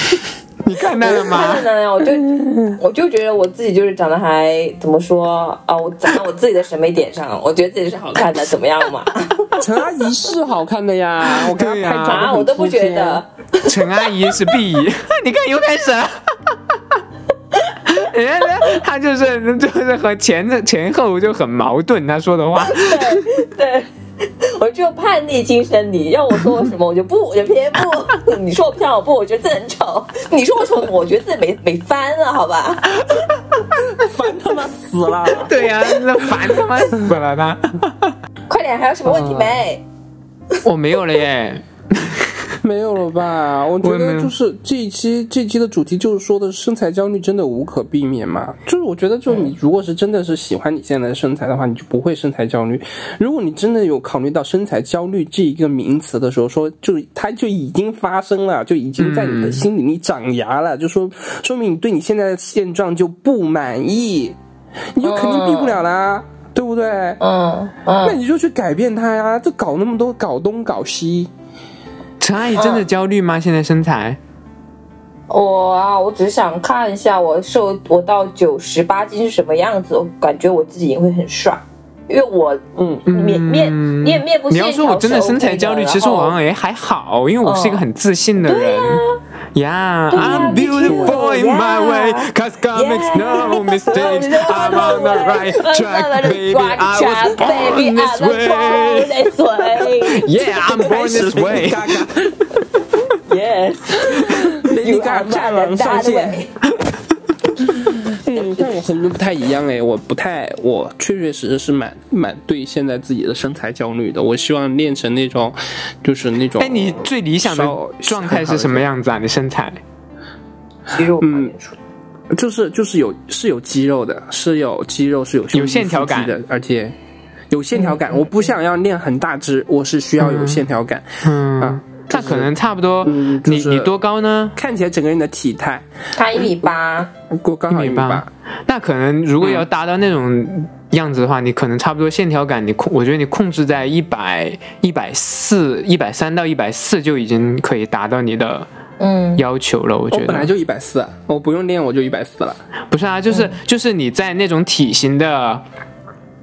Speaker 1: 你看淡了吗？
Speaker 2: 看了呢，我就我就觉得我自己就是长得还怎么说啊？我长到我自己的审美点上，我觉得自己是好看的，怎么样嘛？
Speaker 3: 陈阿姨是好看的呀，我刚
Speaker 1: 对呀
Speaker 3: 刚拍照
Speaker 1: 长
Speaker 3: 很
Speaker 2: 啊，我都不
Speaker 3: 出
Speaker 2: 觉
Speaker 3: 片
Speaker 2: 得。
Speaker 1: 陈阿姨是 B 姨， 你看又开始啊 了。人家呢，哎他就是就是和前前后就很矛盾，他说的话，
Speaker 2: 对，我就叛逆精神，你要我说我什么，我就不，我就偏不。你说我漂亮，我不，我觉得自己很丑。你说我丑，我觉得自己美美翻了，好吧？
Speaker 3: 烦他妈死了。
Speaker 1: 对呀、那烦他妈死了他。
Speaker 2: 快点，还有什么问题没？
Speaker 1: 我没有了耶，
Speaker 3: 没有了吧？我
Speaker 1: 我
Speaker 3: 觉
Speaker 1: 也没有
Speaker 3: 得就是这一期这一期的主题就是说的身材焦虑真的无可避免嘛。就是我觉得，就
Speaker 1: 嗯
Speaker 3: 你如果是真的是喜欢你现在的身材的话，你就不会身材焦虑。如果你真的有考虑到身材焦虑这一个名词的时候，说就它就已经发生了，就已经在你的心里你长芽
Speaker 1: 嗯
Speaker 3: 了，就说说明你对你现在的现状就不满意，你就肯定避不了
Speaker 1: 哦
Speaker 3: 啦，对不对？
Speaker 2: 嗯
Speaker 3: 那
Speaker 2: 嗯，
Speaker 3: 你就去改变它呀，就搞那么多搞东搞西。
Speaker 1: 陈阿姨真的焦虑吗？现在身材？
Speaker 2: 我啊，我只是想看一下我瘦，我到九十八斤是什么样子，我感觉我自己也会很帅。因为我
Speaker 3: 嗯
Speaker 2: 面面面面部
Speaker 1: 你
Speaker 2: 线条
Speaker 1: 要
Speaker 2: 是
Speaker 1: 嗯说
Speaker 2: OK 的、
Speaker 1: 我真的身材焦虑，
Speaker 2: 然后
Speaker 1: 其实我 好像也还好，因为我是一个很自信的人。Yeah,
Speaker 2: 对呀
Speaker 1: I'm beautiful in my way,
Speaker 2: Yeah
Speaker 1: cause God makes no mistakes. I'm on the right
Speaker 2: 嗯
Speaker 1: track, baby. I was born this way. Yeah, I'm born this way.
Speaker 2: Yes,
Speaker 3: Lady Gaga 战狼上线。嗯，但我和你们不太一样哎，我不太，我确确实实是蛮蛮对现在自己的身材焦虑的。我希望练成那种，就是那种。
Speaker 1: 哎，你最理想的
Speaker 3: 稍
Speaker 1: 状态是什么？样子啊？你身材？
Speaker 2: 肌肉
Speaker 3: 嗯，就是就是有是有肌肉的，是有肌肉，是有胸
Speaker 1: 有线条感
Speaker 3: 腹肌的，而且有线条感。我不想要练很大只，我是需要有线条感。
Speaker 1: 嗯
Speaker 3: 啊，
Speaker 1: 那可能差不多。
Speaker 3: 嗯
Speaker 1: 你
Speaker 3: 就是
Speaker 1: 你多高呢？
Speaker 3: 看起来整个人的体态，
Speaker 2: 他一米八，
Speaker 3: 我刚好
Speaker 1: 一
Speaker 3: 一
Speaker 1: 米
Speaker 3: 米
Speaker 1: 八
Speaker 3: 八。
Speaker 1: 那可能如果要达到那种样子的话，你可能差不多线条感，你控，我觉得你控制在一百一百四、一百三到一百四就已经可以达到你的
Speaker 2: 嗯，
Speaker 1: 要求了。我
Speaker 3: 我
Speaker 1: 觉
Speaker 3: 本来
Speaker 1: 得
Speaker 3: 就一百四，啊我不用练我就一百四了。
Speaker 1: 不是啊，就是就是你在那种体型的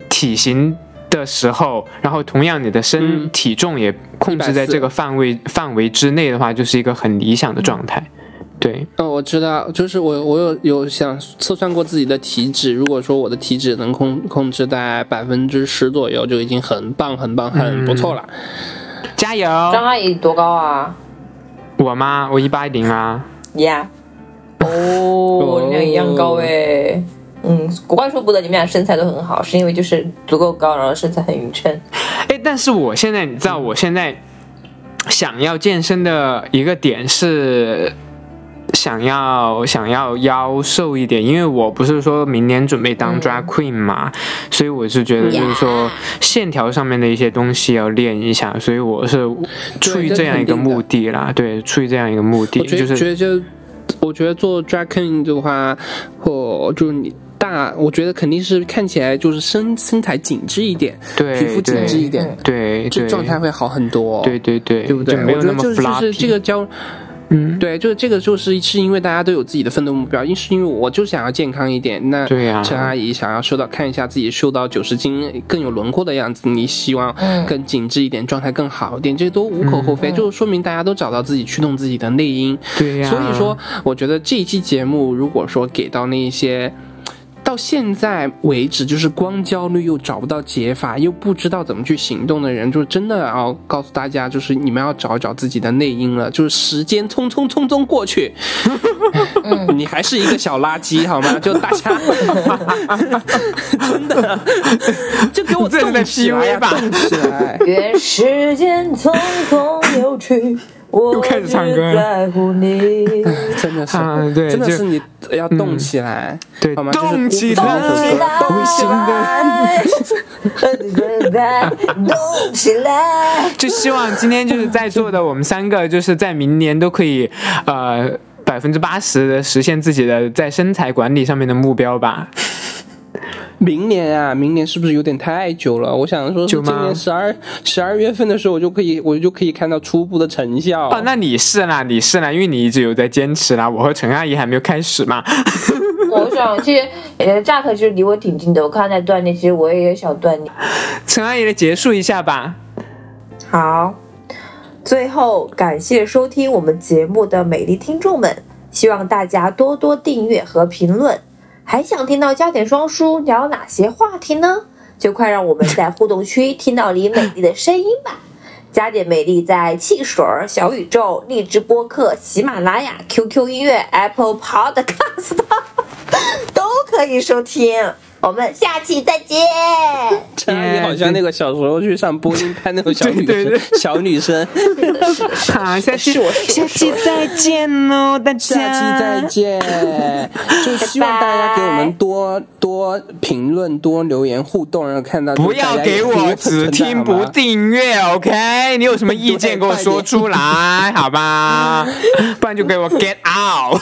Speaker 1: 体型。的时候，然后同样你的身、
Speaker 3: 嗯
Speaker 1: 体重也控制在
Speaker 3: 140
Speaker 1: 这个范围范围之内的话，就是一个很理想的状态。对，
Speaker 3: 嗯，我知道，就是我我有有想测算过自己的体脂，如果说我的体脂能控控制在百分之十左右，就已经很棒很棒很不错了。
Speaker 1: 嗯加油！
Speaker 2: 张阿姨多高啊？
Speaker 1: 我吗？我一八零啊，
Speaker 2: 呀、哦，你俩一样高哎、嗯，古怪说不得你们俩身材都很好，是因为就是足够高，然后身材很匀 称。
Speaker 1: 哎，但是我现在你知
Speaker 3: 嗯
Speaker 1: 道，我现在想要健身的一个点是。想要想要腰瘦一点，因为我不是说明年准备
Speaker 3: 嗯
Speaker 1: 当 drag queen 嘛，所以我是觉得就是说线条上面的一些东西要练一下，所以我是出于
Speaker 3: 对这
Speaker 1: 这样一个
Speaker 3: 肯定的
Speaker 1: 目的啦，对，出于这样一个目的，
Speaker 3: 我觉
Speaker 1: 就
Speaker 3: 得、
Speaker 1: 是
Speaker 3: 觉得，我觉得做 drag queen 的话，或就是你大，我觉得肯定是看起来就是身身材紧致一点，
Speaker 1: 对
Speaker 3: 皮肤紧致一点，
Speaker 1: 对对
Speaker 3: 这状态会好很多。
Speaker 1: 对对对，
Speaker 3: 对不对？
Speaker 1: 就没有
Speaker 3: 我觉
Speaker 1: 那么
Speaker 3: 得就是就是这
Speaker 1: floppy。
Speaker 3: 个交，嗯，对，就是这个就是是因为大家都有自己的奋斗目标，因是因为我就想要健康一点，那
Speaker 1: 对呀
Speaker 3: 陈阿姨想要瘦到看一下自己瘦到九十斤更有轮廓的样子，你希望
Speaker 1: 嗯
Speaker 3: 更紧致一点，状态更好一点，这都无可厚非，就是说明大家都找到自己驱动自己的内因。
Speaker 1: 对呀、
Speaker 3: 所以说，我觉得这一期节目如果说给到那一些。到现在为止，就是光焦虑又找不到解法，又不知道怎么去行动的人，就是真的要告诉大家，就是你们要找一找自己的内因了。就是时间匆匆匆匆过去， 你还是一个小垃圾好吗？就大家 真的 就给我
Speaker 1: 这是在
Speaker 3: 动起来
Speaker 1: PUA
Speaker 3: 呀，
Speaker 1: 吧
Speaker 3: 动起来！
Speaker 2: 愿时间匆匆流去，我
Speaker 1: 又开始唱歌了
Speaker 2: 只在乎你。
Speaker 3: 真的是，
Speaker 1: 啊对
Speaker 3: 真的
Speaker 1: 就是
Speaker 3: 你要动起来，
Speaker 1: 对
Speaker 3: 好吗？
Speaker 1: 动
Speaker 3: 就是
Speaker 1: 起
Speaker 3: 不
Speaker 1: 来
Speaker 3: 这首歌
Speaker 1: 动起来，
Speaker 2: 现在动起来。
Speaker 1: 就希望今天就是在座的我们三个，就是在明年都可以，呃，百分之八十的实现自己的在身材管理上面的目标吧。
Speaker 3: 明年啊，明年是不是有点太久了？我想说，
Speaker 1: 久
Speaker 3: 今
Speaker 1: 吗
Speaker 3: 年十二十二月份的时候，我就可以我就可以看到初步的成效。
Speaker 1: 哦，那你是啦，你是啦，因为你一直有在坚持啦。我和陈阿姨还没有开始嘛。
Speaker 2: 我想，其实呃，Jack 就是离我挺近的，我看他在锻炼，其实我也想锻炼。
Speaker 1: 陈阿姨来结束一下吧。
Speaker 2: 好，最后感谢收听我们节目的美丽听众们，希望大家多多订阅和评论。还想听到加点双叔聊哪些话题呢？就快让我们在互动区听到你美丽的声音吧！加点美丽在汽水儿、小宇宙、荔枝播客、喜马拉雅、QQ 音乐、Apple Podcast 都可以收听。我们下期再见！
Speaker 3: 陈阿姨好像那个小时候去上播音班那个小女
Speaker 1: 对对
Speaker 3: 生，小女生。
Speaker 1: 好，下期
Speaker 3: 是我是
Speaker 1: 下期再见哦，大家。
Speaker 3: 下期再见，就希望大家给我们多多评论、多留言互动，让看到
Speaker 1: 不要给我只听不
Speaker 3: 定。
Speaker 1: 订阅，OK？你有 什么意见给我说出来，好吧？不然就给我 get out。